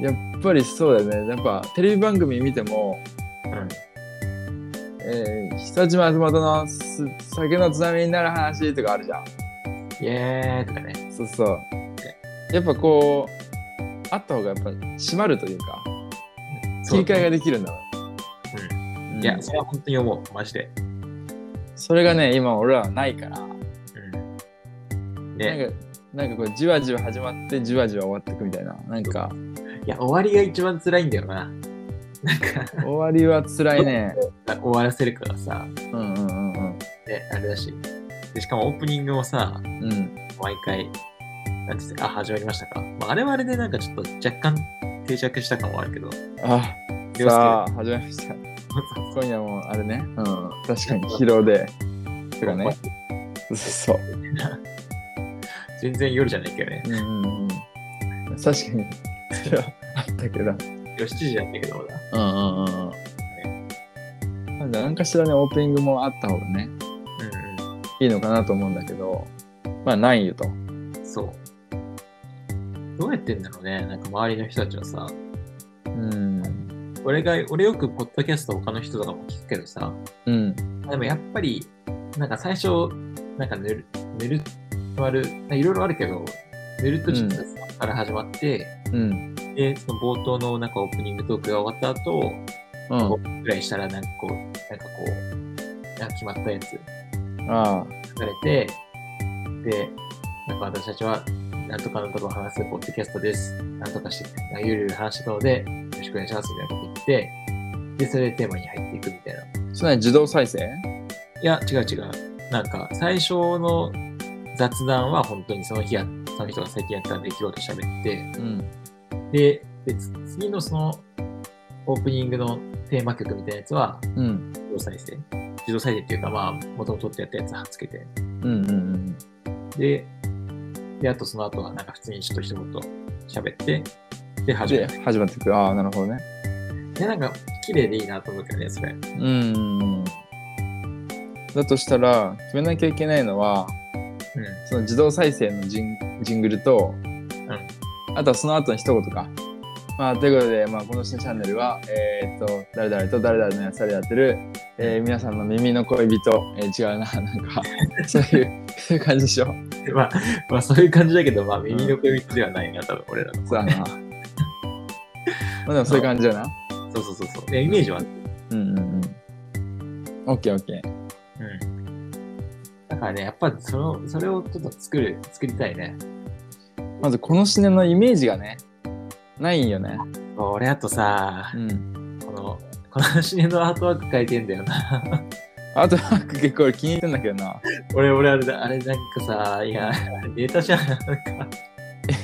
[SPEAKER 1] やっぱりそうだよね。やっぱテレビ番組見ても、
[SPEAKER 2] うん。
[SPEAKER 1] えー、久島松本のす酒のつまみになる話とかあるじゃん。
[SPEAKER 2] イエーイとかね。
[SPEAKER 1] そうそう。やっぱこう、あった方がやっぱ締まるというか、切り替えができるんだろう。うん
[SPEAKER 2] いや、それは本当に思う。マジで。
[SPEAKER 1] それがね、今俺らはないから、
[SPEAKER 2] うん。ね。
[SPEAKER 1] なんか、なんかこう、じわじわ始まって、じわじわ終わっていくみたいな。なんか、
[SPEAKER 2] いや、終わりが一番辛いんだよな。なんか、
[SPEAKER 1] 終わりは辛いね。
[SPEAKER 2] 終わらせるからさ、
[SPEAKER 1] うんうんうんうん。
[SPEAKER 2] ね、あれだし。で、しかもオープニングもさ、
[SPEAKER 1] うん。
[SPEAKER 2] 毎回、なんつって、あ、始まりましたか。まあ、あれはあれでなんかちょっと若干定着した感はあるけど。
[SPEAKER 1] あ、
[SPEAKER 2] 涼介
[SPEAKER 1] さあ、始まりました。今夜もあれね、うん、確かに疲労で、とかね、そう、
[SPEAKER 2] 全然夜じゃないけどね。
[SPEAKER 1] うんうんうん、確かに、それはあったけど、
[SPEAKER 2] 夜7時じゃないけど、まだ。
[SPEAKER 1] うんうんうんうん。なんで何かしらね、オープニングもあった方がね、
[SPEAKER 2] うん
[SPEAKER 1] いいのかなと思うんだけど、まあ、ないよと。
[SPEAKER 2] うん。そう。どうやってんだろうね。なんか周りの人たちはさ、
[SPEAKER 1] うん、
[SPEAKER 2] 俺が、俺よくポッドキャスト他の人とかも聞くけどさ、
[SPEAKER 1] うん、
[SPEAKER 2] でもやっぱり、なんか最初、なんかぬる、ぬるっまる、いろいろあるけど、メルトチップから始まって、
[SPEAKER 1] うん。
[SPEAKER 2] で、その冒頭のなんかオープニングトークが終わった後、
[SPEAKER 1] うん。
[SPEAKER 2] 5くらいしたらなんかこう、なんかこう、なんか決まったやつ
[SPEAKER 1] ああ。
[SPEAKER 2] 流れて、で、なんか私たちは、なんとかなんとかを話すポッドキャストです。なんとかして、なんかゆるゆる話してたので、よろしくお願いしますみたいなこと言って、で、それでテーマに入っていくみたいな。
[SPEAKER 1] それは自動再生
[SPEAKER 2] いや、違う違う。なんか、最初の雑談は本当にその日や、その人が最近やった出来事喋って、
[SPEAKER 1] うん。
[SPEAKER 2] で、でつ次のその、オープニングのテーマ曲みたいなやつは、
[SPEAKER 1] うん。
[SPEAKER 2] 自動再生。自動再生っていうか、まあ、もともとってやったやつはつけて。
[SPEAKER 1] うんうんうん。
[SPEAKER 2] で、で、あとその後は、なんか普通にちょっと一言喋って、で、始
[SPEAKER 1] で
[SPEAKER 2] める。、
[SPEAKER 1] 始まっていく。ああ、なるほどね。
[SPEAKER 2] で、なんか、綺麗でいいなと思うけどね、それ。
[SPEAKER 1] うん。だとしたら、決めなきゃいけないのは、
[SPEAKER 2] う
[SPEAKER 1] その自動再生のジンジングルと、
[SPEAKER 2] ん。うん。
[SPEAKER 1] あとはその後の一言か。まあ、ということで、まあ、この新チャンネルは、えーっと、誰々と誰々のやつでやってる、えー皆さんの耳の恋人、えー違うな、 なんか、そういう、そういう感じでしょ。
[SPEAKER 2] まあ、まあ、そういう感じだけど、まあ、耳の恋人ではないな、多分、俺らの。
[SPEAKER 1] そうだ な。まあでもそういう感じだな。
[SPEAKER 2] そうそうそうそう。いやイメージはある。
[SPEAKER 1] うんうんうん。オッケーオッケー。
[SPEAKER 2] うん。だからね、やっぱその、それをちょっと作る、作りたいね。
[SPEAKER 1] まずこのシネのイメージがね、ないんよね。
[SPEAKER 2] 俺あとさ
[SPEAKER 1] う、ん。
[SPEAKER 2] この、このシネのアートワーク書いてんだよな。
[SPEAKER 1] あとなんか結構俺気に入ってんだけどな。
[SPEAKER 2] 俺、俺あれだ、あれなんかさ、いや、ネタじゃん。なんか、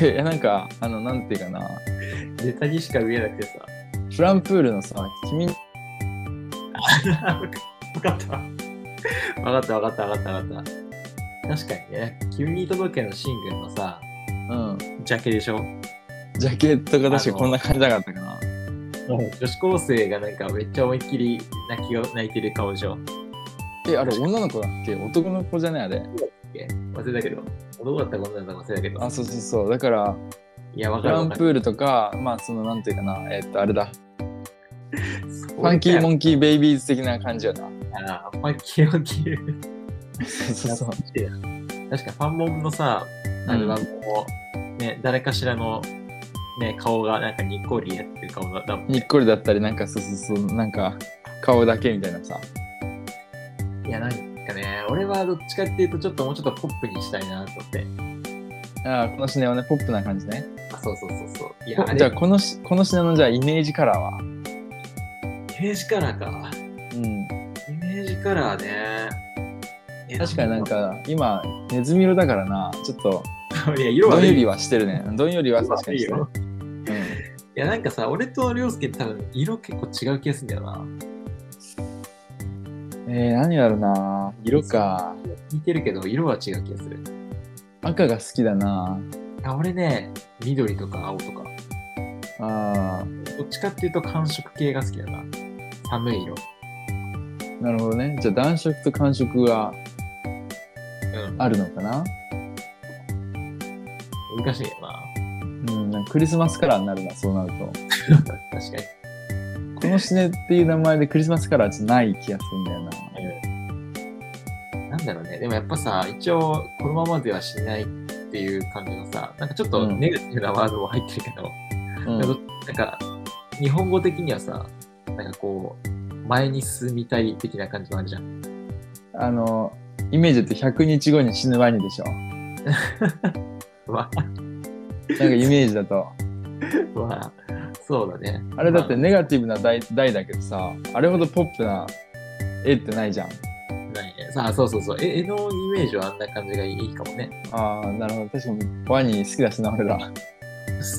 [SPEAKER 1] いや、なんか、あの、なんていうかな。
[SPEAKER 2] ネタにしか見えなくてさ。
[SPEAKER 1] フランプールのさ、君、
[SPEAKER 2] わかった。わかったわかったわかったわかった。確かにね、君に届けのシングルのさ、
[SPEAKER 1] うん。
[SPEAKER 2] ジャケでしょ
[SPEAKER 1] ジャケットが確かこんな感じなかったかな。
[SPEAKER 2] 女子高生がなんかめっちゃ思いっきり泣きを泣いてる顔でしょ
[SPEAKER 1] え、あれ女の子だっけ男の子じゃねえあれ。
[SPEAKER 2] 忘れたけど、男だったか女だったか忘れたけど
[SPEAKER 1] あ、。そうそうそう。だから、
[SPEAKER 2] いや、わ
[SPEAKER 1] フ
[SPEAKER 2] かる
[SPEAKER 1] ラ
[SPEAKER 2] わ
[SPEAKER 1] ン
[SPEAKER 2] か
[SPEAKER 1] プ
[SPEAKER 2] る。
[SPEAKER 1] ールとか、まあ、その、なんていうかな。えっと、あれだ。
[SPEAKER 2] フ
[SPEAKER 1] ファンキーモ
[SPEAKER 2] ン
[SPEAKER 1] ンキーベイビーズ的な感じよな。
[SPEAKER 2] キー。あーファンキーモンキー。
[SPEAKER 1] そうそうそう。
[SPEAKER 2] 確かファンモンのさ、アルバムも、ね、誰かしらの、ね、顔がなんかにっこりやってる顔だったもん
[SPEAKER 1] にっ
[SPEAKER 2] ね。
[SPEAKER 1] こりだったり、なんかそうそうそう、なんか顔だけみたいなさ。
[SPEAKER 2] いや、なんかね、俺はどっちかっていうと、ちょっともうちょっとポップにしたいなと思って。
[SPEAKER 1] ああ、このシネはね、ポップな感じね。
[SPEAKER 2] あ、そうそうそうそう。いや、
[SPEAKER 1] こ
[SPEAKER 2] あれ、
[SPEAKER 1] じゃあ、このし、このシネのじゃあイメージカラーは。
[SPEAKER 2] イメージカラーか。
[SPEAKER 1] うん。
[SPEAKER 2] イメージカラーね。いや
[SPEAKER 1] 確かになん。か、今、ネズミ色だからな、ちょっと、
[SPEAKER 2] いや、色
[SPEAKER 1] ど
[SPEAKER 2] は
[SPEAKER 1] んより
[SPEAKER 2] は。
[SPEAKER 1] はしてるね。どんよりは
[SPEAKER 2] 色は
[SPEAKER 1] 確かにしてる
[SPEAKER 2] よ。。いや、なんかさ、俺と涼介多分、色結構違う気がするんだよな。
[SPEAKER 1] うんえー、何だろうな。色か。
[SPEAKER 2] 似てるけど、色は違う気がする。
[SPEAKER 1] 赤が好きだな。
[SPEAKER 2] あ、俺ね、緑とか青とか。
[SPEAKER 1] あ
[SPEAKER 2] どっちかっていうと寒色系が好きだな。寒い色。
[SPEAKER 1] あ、なるほどね。じゃあ暖色と寒色が
[SPEAKER 2] うん。
[SPEAKER 1] あるのかな。
[SPEAKER 2] 難しいよな。
[SPEAKER 1] うん、なんかクリスマスカラーになるな、そうなると。
[SPEAKER 2] 確かに。
[SPEAKER 1] このシネっていう名前でクリスマスカラーはちょっとない気がするんだよな。
[SPEAKER 2] なんだろうね。でもやっぱさ、一応、このままでは死ねないっていう感じのさ、なんかちょっと
[SPEAKER 1] うん
[SPEAKER 2] ネガティブなワードも入ってるけど、
[SPEAKER 1] うん
[SPEAKER 2] なんかなんか、日本語的にはさ、なんかこう、前に進みたい的な感じもあるじゃん。
[SPEAKER 1] あの、イメージって100日後に死ぬワニでしょ。
[SPEAKER 2] わ、
[SPEAKER 1] なんかイメージだと。
[SPEAKER 2] わ、そうだね。
[SPEAKER 1] あれだって
[SPEAKER 2] ま
[SPEAKER 1] ネガティブな題題だけどさ、あれほどポップな絵ってないじゃん。
[SPEAKER 2] あ、ないね。さあ、そうそうそう。え、絵のイメージはあんな感じがいいかもね。
[SPEAKER 1] ああ、なるほど。確かにワニ好きだしな、俺ら。うん。
[SPEAKER 2] 好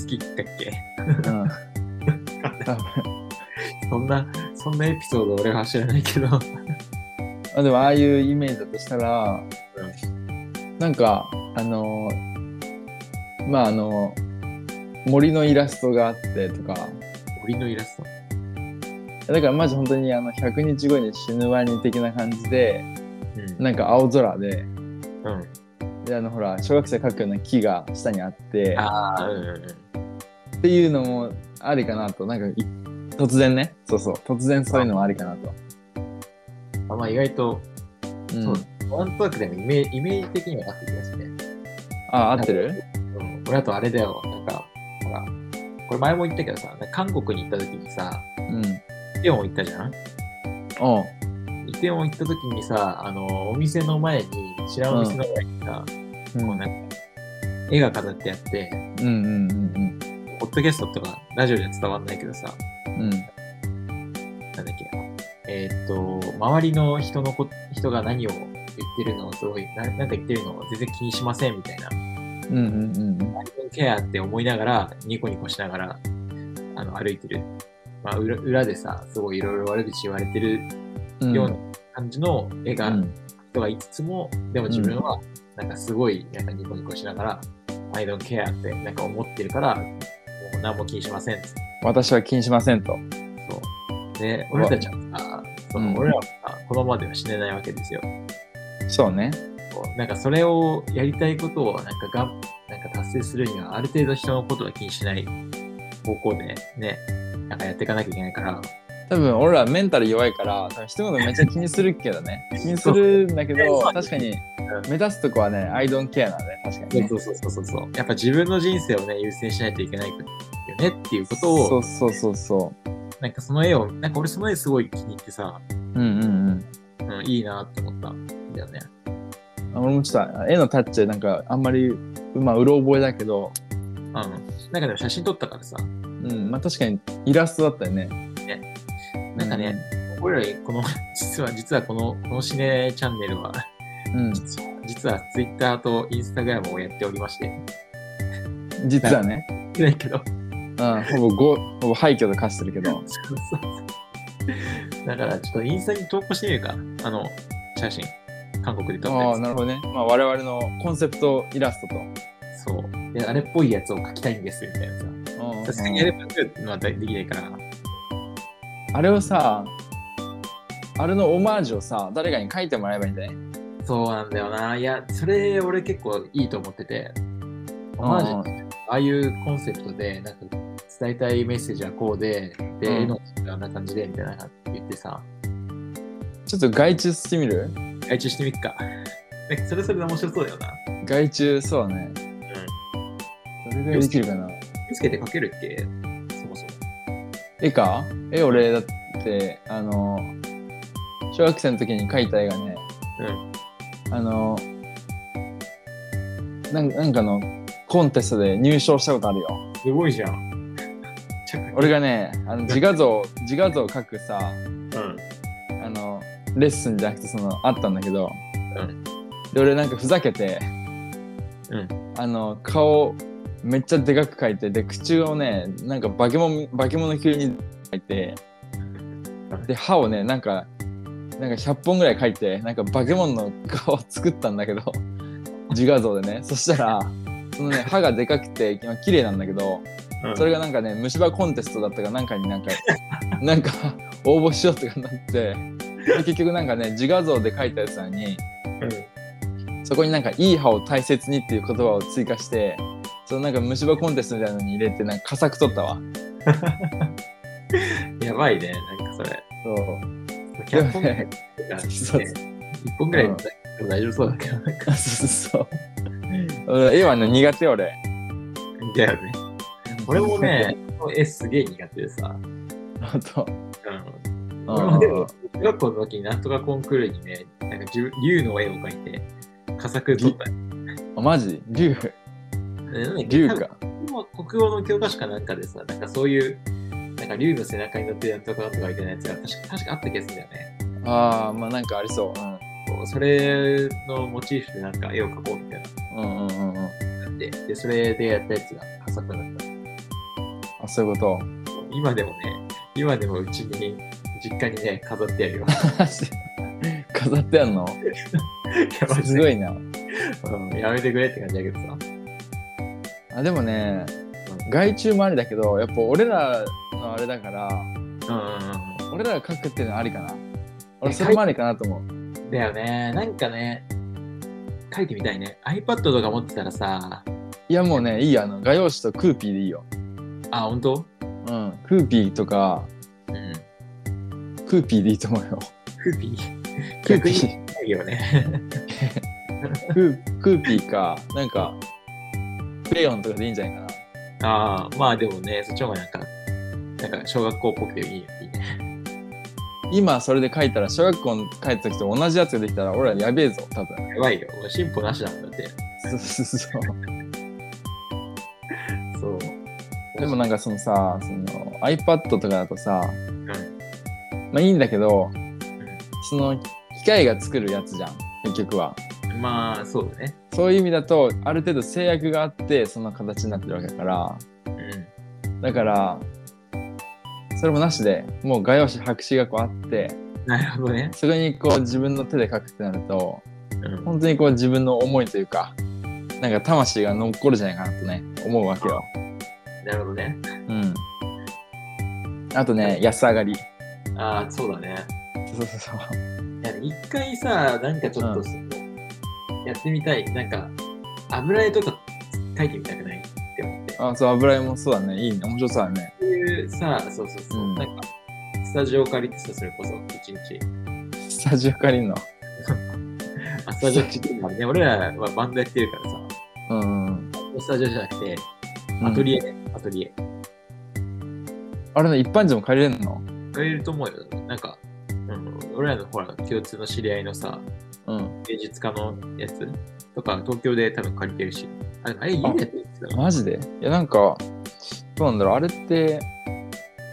[SPEAKER 2] きだっけ
[SPEAKER 1] 多分
[SPEAKER 2] そんな、そんなエピソード俺は知らないけど。
[SPEAKER 1] あでもああいうイメージだとしたら、なんか、あのまああの森のイラストがあってとか、
[SPEAKER 2] 森のイラスト。
[SPEAKER 1] だからマジ本当にあの100日後に死ぬワニ的な感じで、
[SPEAKER 2] うん。
[SPEAKER 1] なんか青空で、
[SPEAKER 2] うん。
[SPEAKER 1] であのほら小学生描くような木が下にあって
[SPEAKER 2] ああ、うんうんうん。
[SPEAKER 1] っていうのもありかなとなんかい突然ねそうそう突然そういうのもありかなと、
[SPEAKER 2] あまあ、意外と
[SPEAKER 1] うん
[SPEAKER 2] そうワンパークでもイメイメージ的にはなってきますね。
[SPEAKER 1] あ、合ってる
[SPEAKER 2] うん、俺あとあれだよ、なんか、ほら、これ前も言ったけどさ、韓国に行った時にさ、
[SPEAKER 1] うん。
[SPEAKER 2] イテウォン行ったじゃん
[SPEAKER 1] おう
[SPEAKER 2] イテウォン行った時にさ、あの、お店の前に、知らんお店の前にさ、
[SPEAKER 1] うん。
[SPEAKER 2] も
[SPEAKER 1] う
[SPEAKER 2] うんなんか、絵が飾ってあって、
[SPEAKER 1] うんうん
[SPEAKER 2] ポッドキャストとかラジオじゃ伝わんないけどさ、
[SPEAKER 1] うん。うん。
[SPEAKER 2] なんだっけ、えーっと、周りの人のこ人が何を言ってるのをすごいな、なんか言ってるのを全然気にしませんみたいな、
[SPEAKER 1] うんうんうんうん。
[SPEAKER 2] アイコンケアって思いながら、ニコニコしながら、あの、歩いてる。まあ、裏裏でさ、すごいいろいろ悪口言われてる
[SPEAKER 1] うん
[SPEAKER 2] ような感じの絵が、
[SPEAKER 1] うん
[SPEAKER 2] 人がいつつも、でも自分は、なんかすごい、なんかニコニコしながら、I don't care って、なんか思ってるから、もう何も気にしませんっつって
[SPEAKER 1] 私は気にしませんと。
[SPEAKER 2] そう。で、俺たちはさ、そ
[SPEAKER 1] う
[SPEAKER 2] の
[SPEAKER 1] ん
[SPEAKER 2] 俺らはさ、このままでは死ねないわけですよ。
[SPEAKER 1] そうね。
[SPEAKER 2] こうなんかそれをやりたいことをなんかがんなんか達成するには、ある程度人のことは気にしない方向でね、なんかやっていかなきゃいけないから、
[SPEAKER 1] 多分俺らメンタル弱いから、多分人のことめっちゃ気にするけど ね。気にするんだけど、確かに目指すとこはね、I don't care なんで、確かにね。
[SPEAKER 2] そうそうそうそうそう。やっぱ自分の人生をね、優先しないといけないよねっていうこと
[SPEAKER 1] そ
[SPEAKER 2] を、
[SPEAKER 1] うそうそうそ
[SPEAKER 2] なんかその絵を、なんか俺その絵すごい気に入ってさ、
[SPEAKER 1] う。うんうんうん。
[SPEAKER 2] うん、いいなって思ったんだよね。
[SPEAKER 1] 俺もちょっと絵のタッチなんかあんまりまあうろ覚えだけど、
[SPEAKER 2] うん。なんかでも写真撮ったからさ、
[SPEAKER 1] うん、まあ確かにイラストだったよね。
[SPEAKER 2] なんかね、俺らこの、 実は、実はこの、このシネチャンネルは、
[SPEAKER 1] うん、
[SPEAKER 2] 実は実は Twitter と Instagram をやっておりまして、
[SPEAKER 1] 実はね、
[SPEAKER 2] 言ってないけど、
[SPEAKER 1] うん、ほぼごほぼ廃墟と化してるけど、
[SPEAKER 2] そうそうそうだからちょっとインスタに投稿してみるか、あの、写真、韓国で撮った
[SPEAKER 1] あ
[SPEAKER 2] や
[SPEAKER 1] あ、なるほどね。まあ我々のコンセプトイラストと。
[SPEAKER 2] つ。そう。で、あれっぽいやつを描きたいんです、みたいなさ。
[SPEAKER 1] うん
[SPEAKER 2] さすがにあれっぽいのはできないから、
[SPEAKER 1] あれをさ、あれのオマージュをさ、誰かに書いてもらえばいいんだね。
[SPEAKER 2] そうなんだよな。いや、それ俺結構いいと思ってて、マジ
[SPEAKER 1] うん
[SPEAKER 2] ああいうコンセプトで、なんか伝えたいメッセージはこうで、で、
[SPEAKER 1] うん
[SPEAKER 2] 絵の作りはあんな感じで、みたいな言ってさ、
[SPEAKER 1] ちょっと外注してみる
[SPEAKER 2] 外注してみっか。なんかそれそれで面白そうだよな。
[SPEAKER 1] 外注、そうだね。どれぐらいできるかな。
[SPEAKER 2] つけて描けるっけそもそも。
[SPEAKER 1] 絵か絵俺だって、あの、小学生の時に描いた絵がね、あの、なんなんかのコンテストで入賞したことあるよ。
[SPEAKER 2] すごいじゃん。
[SPEAKER 1] 俺がね、あの自画像、自画像を描くさ、
[SPEAKER 2] うん。
[SPEAKER 1] あの、レッスンじゃなくて、その、あったんだけど、
[SPEAKER 2] うん
[SPEAKER 1] で、俺なんかふざけて、
[SPEAKER 2] うん
[SPEAKER 1] あの、顔、めっちゃでかく描いて、で、口をね、なんか化け物、化け物級に描いて、で、歯をね、なんか、なんか100本ぐらい描いて、なんか化け物の顔を作ったんだけど、自画像でね。そしたら、そのね、歯がでかくて、今綺麗なんだけど、
[SPEAKER 2] うん
[SPEAKER 1] それがなんかね、虫歯コンテストだったかなんかになん か、なんか応募しようとかなって、で結局なんかね、自画像で書いたやつなのに、そこになんかいい歯を大切にっていう言葉を追加して、そのなんか虫歯コンテストみたいなのに入れて、なんか佳作取ったわ。
[SPEAKER 2] うんやばいね、なんかそれ。
[SPEAKER 1] そう。
[SPEAKER 2] 100本ぐらいだからね
[SPEAKER 1] そう
[SPEAKER 2] 1本ぐらいだったら大丈夫そうだけど、なん か、
[SPEAKER 1] そうそうそう。俺絵はね、苦手俺。
[SPEAKER 2] だよね。俺 もね、この絵すげえ苦手でさ、
[SPEAKER 1] 本当、
[SPEAKER 2] うん、
[SPEAKER 1] うん
[SPEAKER 2] 俺もでも、小学校の時になんとかコンクールにね、なんか自分竜の絵を描いて、佳作取った。
[SPEAKER 1] あマジ竜
[SPEAKER 2] ね
[SPEAKER 1] 竜。か。
[SPEAKER 2] 多分国語の教科書かなんかでさ、なんかそういう、なんか竜の背中に乗ってなんとかなんとかみたいなやつが確か確かあった気がするんだよね。
[SPEAKER 1] ああ、まあなんかありそう。
[SPEAKER 2] こうそれのモチーフでなんか絵を描こうみたいな
[SPEAKER 1] うんうんうんうんうん。
[SPEAKER 2] のがあって、で、それでやったやつが佳作だった。
[SPEAKER 1] あ、そういうこと。
[SPEAKER 2] 今でもね、今でもうちに、実家にね、飾ってや るよ。
[SPEAKER 1] マジ 飾ってあんの
[SPEAKER 2] やばい
[SPEAKER 1] すごいな。
[SPEAKER 2] うんやめてくれって感じだけどさ。
[SPEAKER 1] あでもね、外注もありだけど、やっぱ俺らのあれだから、
[SPEAKER 2] うんうんうんうん。
[SPEAKER 1] 俺らが書くっていうのはありかな。俺それもありかなと思う。
[SPEAKER 2] だよね。なんかね、書いてみたいね。iPad とか持ってたらさ、
[SPEAKER 1] いやもうね、いいよ。あの、画用紙とクーピーでいいよ。
[SPEAKER 2] あ、本当
[SPEAKER 1] うん。クーピーとか、
[SPEAKER 2] うん。
[SPEAKER 1] クーピーでいいと思うよ。
[SPEAKER 2] クーピー。
[SPEAKER 1] クー
[SPEAKER 2] 逆
[SPEAKER 1] ピ
[SPEAKER 2] に
[SPEAKER 1] ー、
[SPEAKER 2] ないよね。
[SPEAKER 1] クークーピーか、なんか、レヨンとかでいいんじゃないかな。
[SPEAKER 2] ああ、まあでもね、そっちの方がなんか、なんか小学校っぽくていいよいいね。
[SPEAKER 1] 今それで書いたら小学校に帰った時と同じやつができたら俺らやべえぞ多分
[SPEAKER 2] やばいよ。もう進歩なしだもんだって。
[SPEAKER 1] そうそうそう
[SPEAKER 2] そう。
[SPEAKER 1] でもなんかそのさその iPad とかだとさ、まあいいんだけどその機械が作るやつじゃん結局は
[SPEAKER 2] まあ、そうだね。
[SPEAKER 1] そういう意味だとある程度制約があってそんな形になってるわけだから
[SPEAKER 2] うん。
[SPEAKER 1] だからそれもなしでもう画用紙白紙がこうあって
[SPEAKER 2] なるほどね。
[SPEAKER 1] それにこう自分の手で書くってなると
[SPEAKER 2] うん。
[SPEAKER 1] 本当にこう自分の思いというかなんか魂が残るじゃないかなとね思うわけよ。
[SPEAKER 2] なるほどね。
[SPEAKER 1] うん。あとね安上がり。
[SPEAKER 2] ああ、そうだね。
[SPEAKER 1] そうそうそう。
[SPEAKER 2] いや一回さ、なんかちょっとその、やってみたい。なんか、油絵とか描いてみたくないって思って。
[SPEAKER 1] あそう油絵もそうだねいいね面白そうだね。
[SPEAKER 2] そういうさ、そうそうそう。
[SPEAKER 1] うん
[SPEAKER 2] なんか、スタジオ借りてさ、それこそ、一日。
[SPEAKER 1] スタジオ借りるの。
[SPEAKER 2] あ、スタジオっていうのはね、俺らはバンドやってるからさ、
[SPEAKER 1] うんうん。
[SPEAKER 2] スタジオじゃなくて、アト
[SPEAKER 1] エ。
[SPEAKER 2] リエ、アトリエ。
[SPEAKER 1] あれね一般人も借りれるの
[SPEAKER 2] がいると思うよ。なんか、うん、俺らのほら、共通の知り合いのさ、
[SPEAKER 1] うん。
[SPEAKER 2] 芸術家のやつとか、東京で多分借りてるし。ああれ、家でやってるんですよ。
[SPEAKER 1] マジでいやなんかどうなんだろうあれって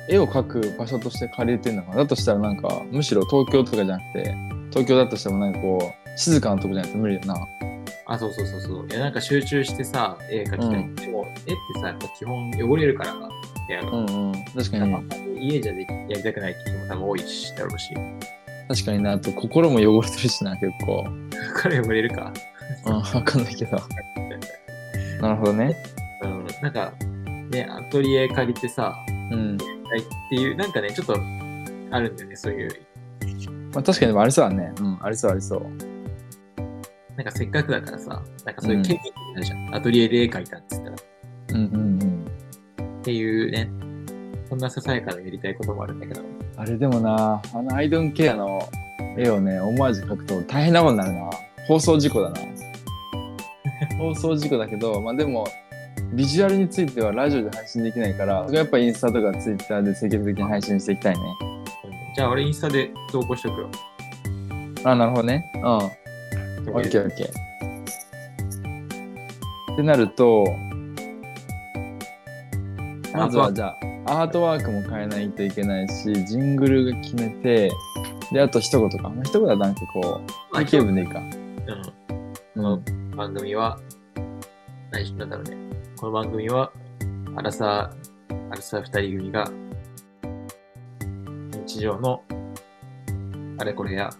[SPEAKER 1] 絵を描く場所として借りれてんのかなだとしたらなんかむしろ東京とかじゃなくて東京だとしてもなんかこう静かなとこじゃないと無理よな。
[SPEAKER 2] あ、そうそうそうそう。いや、なんか集中してさ、絵描きたい。
[SPEAKER 1] うん
[SPEAKER 2] でも、絵ってさ、やっぱ基本汚れるから、部屋が。
[SPEAKER 1] うんうん。確か
[SPEAKER 2] だか
[SPEAKER 1] に
[SPEAKER 2] ら。家じゃできやりたくないって人も多分多いし、だろうし。
[SPEAKER 1] 確かになあと心も汚れてるしな結構
[SPEAKER 2] だから汚れるか。
[SPEAKER 1] うん分かんないけどなるほどね
[SPEAKER 2] うん、なんか、ね、アトリエ借りてさ、
[SPEAKER 1] うん、
[SPEAKER 2] はいっていう、なんかね、ちょっとあるんだよね、そういう。
[SPEAKER 1] まあ、確かにでもありそうだねうんありそうありそう
[SPEAKER 2] なんかせっかくだからさ、なんかそういう経験になるじゃん。アトリエで絵描いたって言ったら。っ
[SPEAKER 1] うんうんうん
[SPEAKER 2] ていうね、そんなささやかなやりたいこともあるんだけど。
[SPEAKER 1] あれでもなあのアイドンケアの絵をねオマージュ描くと大変なことになるな放送事故 だな放送事故だけどまあでもビジュアルについてはラジオで配信できないからそれはやっぱインスタとかツイッターで積極的に配信していきたいね
[SPEAKER 2] じゃあ俺インスタで投稿しとくよ。
[SPEAKER 1] あなるほどねうんオッケーオッケー。ってなると、まずはじゃあ、アートワークも変えないといけないし、ジングルが決めて、で、あと一言か。まあ、一言はなんかこう、定型文でいいか。う
[SPEAKER 2] うんん、この番組は、何しなんだろうね。この番組は、アラサー、アラサー二人組が、日常の、あれこれや、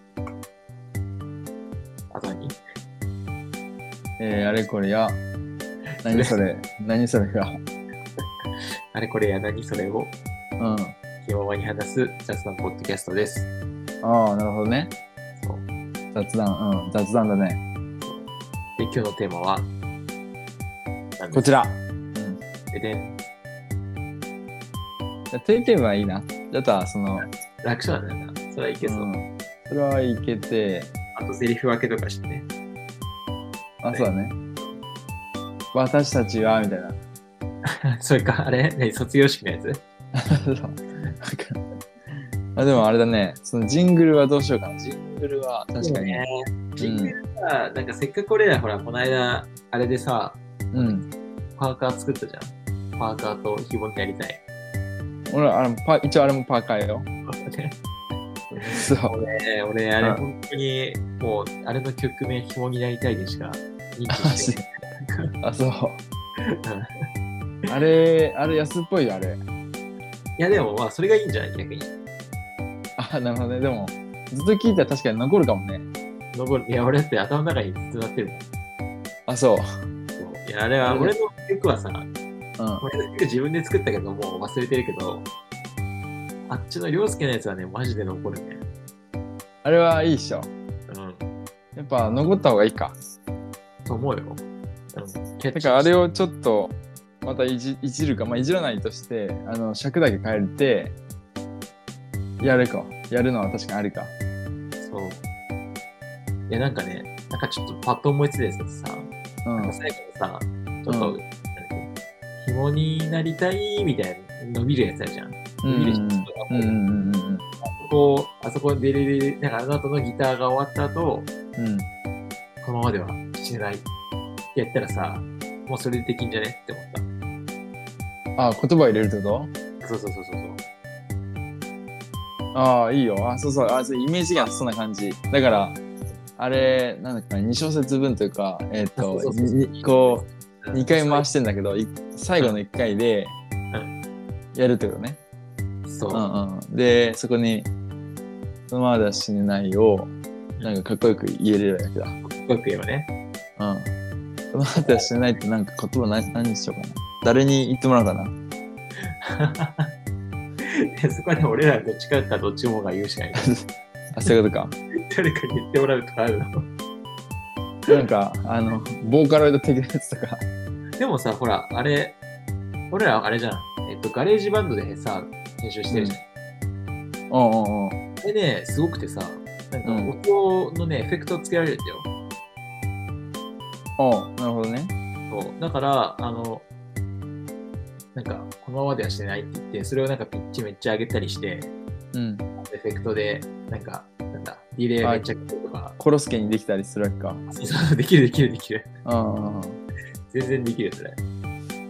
[SPEAKER 2] あと何
[SPEAKER 1] えー、あれこれや、何そ れ、何それが、
[SPEAKER 2] あれこれや何それを
[SPEAKER 1] うん。
[SPEAKER 2] 気ままに話す雑談ポッドキャストです。
[SPEAKER 1] ああ、なるほどね。
[SPEAKER 2] そう
[SPEAKER 1] 雑談、うん、雑談だね。
[SPEAKER 2] で、今日のテーマは、何
[SPEAKER 1] こ
[SPEAKER 2] で
[SPEAKER 1] ち
[SPEAKER 2] す
[SPEAKER 1] ら。うん。
[SPEAKER 2] ででん
[SPEAKER 1] じゃあ定型文はいいな。だったら、その、
[SPEAKER 2] 楽勝なんだな。それはいけそう。
[SPEAKER 1] うんそれはいけて、
[SPEAKER 2] あと、セリフ分けとかしてね。
[SPEAKER 1] あ、そうだね。私たちは、みた いな。
[SPEAKER 2] それか、あれ何卒業式のやつ
[SPEAKER 1] あでもあれだね、そのジングルはどうしようかな。ジングルは確かに。
[SPEAKER 2] ね。ジングルさ、なんかせっかく俺ら、ほら、この間、あれでさ、
[SPEAKER 1] うん。
[SPEAKER 2] パーカー作ったじゃん。パーカーとひもになりたい。
[SPEAKER 1] 俺はあれもパ一応あれもパーカーよ。そう。
[SPEAKER 2] 俺、俺、あれ、
[SPEAKER 1] うん
[SPEAKER 2] 本当に、もう、あれの曲名、ひもになりたいでしか、認
[SPEAKER 1] あ
[SPEAKER 2] 知して
[SPEAKER 1] そうあ、そう。あれ、あれ安っぽいよ、あれ。
[SPEAKER 2] いや、でも、まあ、それがいいんじゃない逆に。
[SPEAKER 1] あ、なるほどね。でも、ずっと聞いたら確かに残るかもね。
[SPEAKER 2] 登る。いや、俺だって頭の中にずっとなってるもん。
[SPEAKER 1] あ、そう。
[SPEAKER 2] いや、あれは、俺の曲はさ、
[SPEAKER 1] うん。
[SPEAKER 2] 俺の曲自分で作ったけど、もう忘れてるけど、あっちの涼介のやつはね、マジで残るね。
[SPEAKER 1] あれはいいっしょ。
[SPEAKER 2] うん。
[SPEAKER 1] やっぱ残った方がいいか。
[SPEAKER 2] と思うよ。うん。
[SPEAKER 1] だからあれをちょっとまたいじいじるか、まあ、いじらないとしてあの尺だけ変えてやるかやるのは確かにありか
[SPEAKER 2] そう。いや、なんかね、なんかちょっとパッと思いついたやつさ、
[SPEAKER 1] う
[SPEAKER 2] なん
[SPEAKER 1] ん
[SPEAKER 2] か最後にさ、ちょっと、モになりたいみたいな伸びるやつあるじゃん。
[SPEAKER 1] うん
[SPEAKER 2] 伸びる人とか、
[SPEAKER 1] うんうんうんうん
[SPEAKER 2] こう、あそこでレレレ、なんかあの後のギターが終わった後、
[SPEAKER 1] うん
[SPEAKER 2] このままでは死ねないってやったらさ、もうそれでできんじゃねって思っ
[SPEAKER 1] あ言葉入れるってこ
[SPEAKER 2] た。そうそうそうそうそう。
[SPEAKER 1] とああいいよあそうそうあそうイメージがそんな感じだからあれなんだっけな2小節分というかえっ、と
[SPEAKER 2] そうそうそう
[SPEAKER 1] にこう
[SPEAKER 2] うん
[SPEAKER 1] 2回回してんだけどい最後の1回でやるってことね、
[SPEAKER 2] そう。
[SPEAKER 1] うんうん、でそこに「そのままでは死ねない」をなんかかっこよく言えれるだけだ
[SPEAKER 2] かっこよく言えばね。
[SPEAKER 1] うん。その後はしないってなんか言葉何何にしようかな。誰に言ってもらおうかな。
[SPEAKER 2] でそこはね、俺らどっちかかどっちもが言うしかない。
[SPEAKER 1] あ、そういうことか。
[SPEAKER 2] 誰かに言ってもらうとかあるの。
[SPEAKER 1] なんか、あの、ボーカロイド的なやつとか。
[SPEAKER 2] でもさ、ほら、あれ、俺らあれじゃん。えっと、ガレージバンドでさ、編集してるじゃん。
[SPEAKER 1] うんうんうん。
[SPEAKER 2] あれね、すごくてさ、なんか
[SPEAKER 1] うん
[SPEAKER 2] 音のね、エフェクトをつけられるんだよ。
[SPEAKER 1] おうなるほどね。
[SPEAKER 2] そうだから、あの、なんか、このままではしてないって言って、それをなんかピッチめっちゃ上げたりして、
[SPEAKER 1] うん。
[SPEAKER 2] エフェクトで、なんか、なんだ、ディレイめっちゃかけるとか、
[SPEAKER 1] コロスケにできたりするわけか。
[SPEAKER 2] そうそうできるできるできる。
[SPEAKER 1] うんうんうん。
[SPEAKER 2] 全然できるそれ。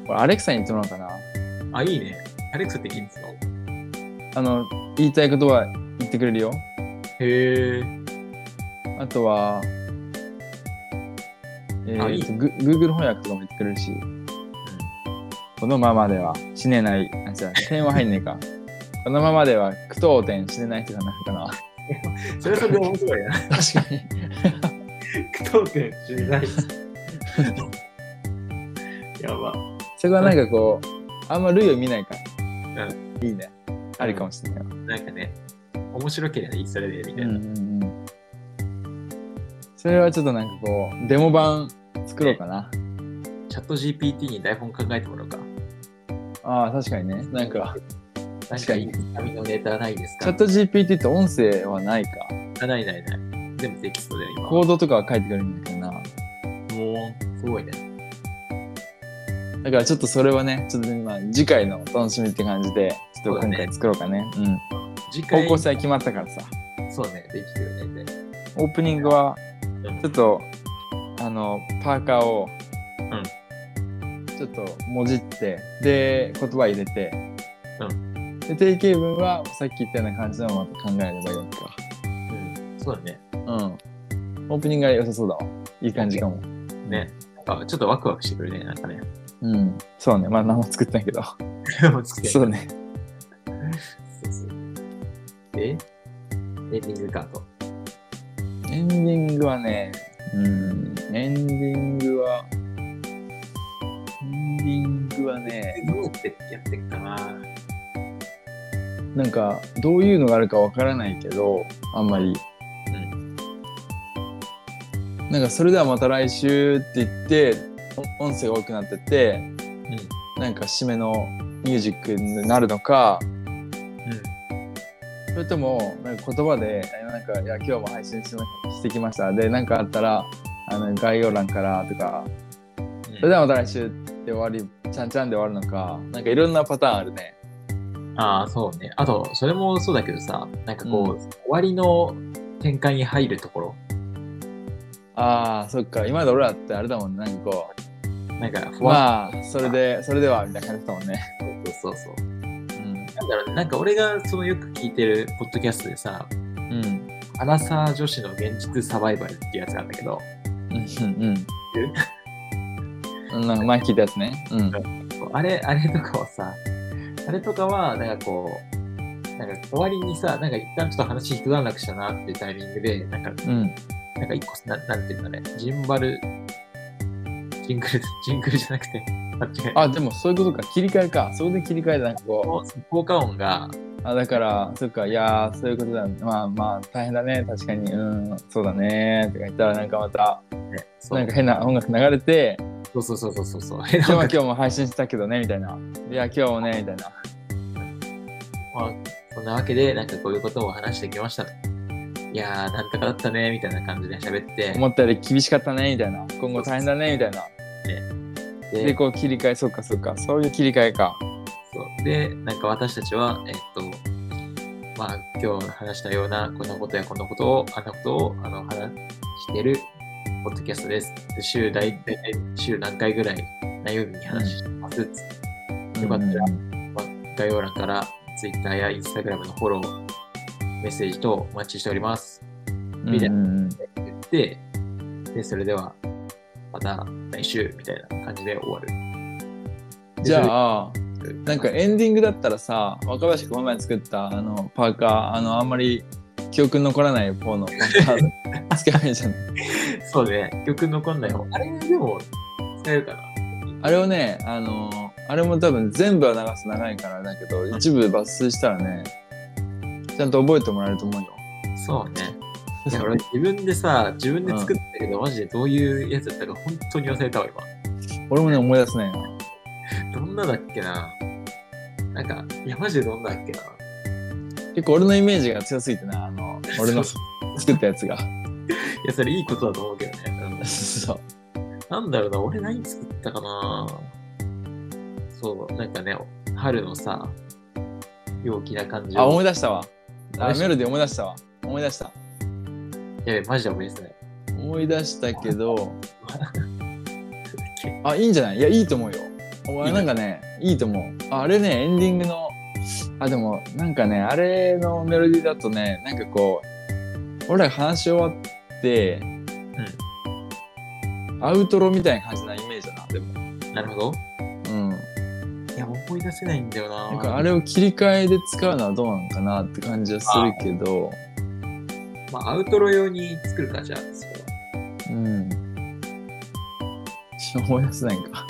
[SPEAKER 1] これ、アレクサに言ってもらおうかな。
[SPEAKER 2] あ、いいね。アレクサっていいんですか
[SPEAKER 1] あの、言いたい言葉言ってくれるよ。
[SPEAKER 2] へえ。
[SPEAKER 1] あとは、え
[SPEAKER 2] あいい
[SPEAKER 1] ー、グ Google 翻訳とかも言ってくれるし、このままでは死ねない、あ、違う、点は入んねえか。このままでは苦闘点死ねないとかなるかな。
[SPEAKER 2] それはそれで面白いな。
[SPEAKER 1] 確かに。
[SPEAKER 2] 句読点知ら ない。やば。
[SPEAKER 1] そこはなんかこう、あんま類を見ないから。
[SPEAKER 2] う
[SPEAKER 1] いいね。ありかもしれないわ。
[SPEAKER 2] なんかね、面白ければいい、それで、みたいな。
[SPEAKER 1] んうん。それはちょっとなんかこう、デモ版作ろうかな。
[SPEAKER 2] チャット GPT に台本考えてもらおうか。
[SPEAKER 1] ああ、確かにね。なんか、
[SPEAKER 2] 確
[SPEAKER 1] か
[SPEAKER 2] か
[SPEAKER 1] に
[SPEAKER 2] に。紙のネタないです
[SPEAKER 1] チャ
[SPEAKER 2] か
[SPEAKER 1] ット GPT って音声はないか。
[SPEAKER 2] あないないない。全部テキストで、今。
[SPEAKER 1] コードとかは書いてくれるんだけどな。
[SPEAKER 2] もう、すごいね。
[SPEAKER 1] だからちょっとそれはね、ちょっと今、次回のお楽しみって感じで、ちょっと今
[SPEAKER 2] そうだ
[SPEAKER 1] 回作ろうかね。
[SPEAKER 2] 次
[SPEAKER 1] うん。
[SPEAKER 2] 回
[SPEAKER 1] 方、向性は決まったからさ。
[SPEAKER 2] そうね、できてるね。で
[SPEAKER 1] オープニングは、
[SPEAKER 2] うん
[SPEAKER 1] ちょっと、あの、パーカーを、ちょっともじって、で、言葉入れて、
[SPEAKER 2] う
[SPEAKER 1] で、定型文は、さっき言ったような感じのをまた考えればいいわけか。
[SPEAKER 2] うん、そうだね。
[SPEAKER 1] うん。オープニングが良さそうだわ。いい感じかも。
[SPEAKER 2] ね。なんかちょっとワクワクしてくるね、なんか ね。
[SPEAKER 1] うん。そうね。まあ、何も作ってないけど。
[SPEAKER 2] もう作って
[SPEAKER 1] そうね。
[SPEAKER 2] そうそうで、エンディングカード。
[SPEAKER 1] エンディングはね、うん。エンディングは、エンディングはね、
[SPEAKER 2] どうやってやってっかな
[SPEAKER 1] なんかどういうのがあるかわからないけどあんまり、なんかそれではまた来週って言ってお音声が多くなってって
[SPEAKER 2] うん。
[SPEAKER 1] なんか締めのミュージックになるのかそれともなんか言葉でえなんかいや今日も配信しましてきましたで何かあったらあの概要欄からとか
[SPEAKER 2] うん。
[SPEAKER 1] それではまた来週で終わりちゃんちゃんで終わるのかなんかいろんなパターンあるね。
[SPEAKER 2] ああ、そうね。あと、それもそうだけどさ、なんかこう、終わりの展開に入るところ、
[SPEAKER 1] あーそっか今まで俺らってあれだもんねなんかこう
[SPEAKER 2] なんか、ふわっ
[SPEAKER 1] まあそれでそれではみたいな感じだもんね。
[SPEAKER 2] と、そうそう。
[SPEAKER 1] うん
[SPEAKER 2] なんだろうね、なんか俺がそのよく聞いてるポッドキャストでさ、
[SPEAKER 1] うん
[SPEAKER 2] アラサー女子の現実サバイバルっていうやつなんだけど、
[SPEAKER 1] うんうん。なんか前聞いたやつね。うん
[SPEAKER 2] あれ、あれとかはさ、あれとかは、なんかこう、なんか終わりにさ、なんか一旦ちょっと話一段落したなっていうタイミングで、なんか、
[SPEAKER 1] うん。
[SPEAKER 2] なんか一個、ななんていうんだね、ジンバル、ジングル、ジングルじゃなくて、あ違う
[SPEAKER 1] あでもそういうことか切り替えか。そこで切り替えたなんかこ
[SPEAKER 2] 効果音が、
[SPEAKER 1] うあだからそっかいやーそういうことだまあまあ大変だね確かにうんそうだねとか言ったらなんかまた
[SPEAKER 2] ね、そう
[SPEAKER 1] なんか変な音楽流れて
[SPEAKER 2] そうそうそうそうそうそう。 変
[SPEAKER 1] 今日
[SPEAKER 2] な
[SPEAKER 1] は
[SPEAKER 2] 音
[SPEAKER 1] 今日も配信したけどねみたいな。いや今日もねみたいな。
[SPEAKER 2] そんなわけで、なんかこういうことを話してきましたと。いやー、なんとかだったね、みたいな感じで喋って、
[SPEAKER 1] 思ったより厳しかったねみたいな。今後大変だねみたいな。
[SPEAKER 2] で
[SPEAKER 1] で、こう切り替え、そっかそっか、そういう切り替えか。
[SPEAKER 2] そうでなんか私たちはえっとまあ今日話したようなこんなことやこんなことをあんなことをあの話してるポッドキャストですで週大体週何回ぐらい何曜日に話してます、よかったら
[SPEAKER 1] うん
[SPEAKER 2] まあ概要欄から Twitter や Instagram のフォローメッセージとお待ちしております
[SPEAKER 1] うん
[SPEAKER 2] みたい
[SPEAKER 1] うん
[SPEAKER 2] ででそれではまた来週みたいな感じで終わるで
[SPEAKER 1] じゃあ、
[SPEAKER 2] それで
[SPEAKER 1] なんかエンディングだったらさ、若林君この前作ったあのパーカー、あの、あんまり記憶に残らない方のパーカー つけばいいじゃない。
[SPEAKER 2] そうね曲残んないよあれでも使えるかな
[SPEAKER 1] あれをね、あの、あれも多分全部は流すと長いからあれだけど、一部抜粋したらね、ちゃんと覚えてもらえると思うよ。
[SPEAKER 2] そうね。いや俺自分でさ、自分で作ったけど、マジでどういうやつだったか本当に忘れたわ、
[SPEAKER 1] 俺もね、思い出せないな。
[SPEAKER 2] 今。どんなだっけななんか、いや、マジでどんなだっけな
[SPEAKER 1] 結構俺のイメージが強すぎてな、あの、俺の
[SPEAKER 2] そ
[SPEAKER 1] 作ったやつが。
[SPEAKER 2] いや、それいいことだと思うけどね。
[SPEAKER 1] そう。
[SPEAKER 2] なんだろうな、俺何作ったかなそう、なんかね、春のさ、陽気な感じを。
[SPEAKER 1] あ、思い出したわ。あ
[SPEAKER 2] 思い出した
[SPEAKER 1] メロディー思い出したわ。思い出した。
[SPEAKER 2] やべマジで思い出せない。
[SPEAKER 1] 思い出したけ ど、あ、いいんじゃないいや、いいと思うよ。お
[SPEAKER 2] い
[SPEAKER 1] 前
[SPEAKER 2] いね
[SPEAKER 1] なんかね、いいと思う。ああれね、エンディングの、あ、でも、なんかね、あれのメロディーだとね、なんかこう、俺ら話し終わって、アウトロみたいな感じなイメージだな、でも。
[SPEAKER 2] なるほど。
[SPEAKER 1] うん。
[SPEAKER 2] いや、思い出せないんだよな。
[SPEAKER 1] なんかあれを切り替えで使うのはどうなのかなって感じはするけど、
[SPEAKER 2] まあ、アウトロ用に作るか、じゃあ、それは
[SPEAKER 1] うん。ちょっと思い出せないんか。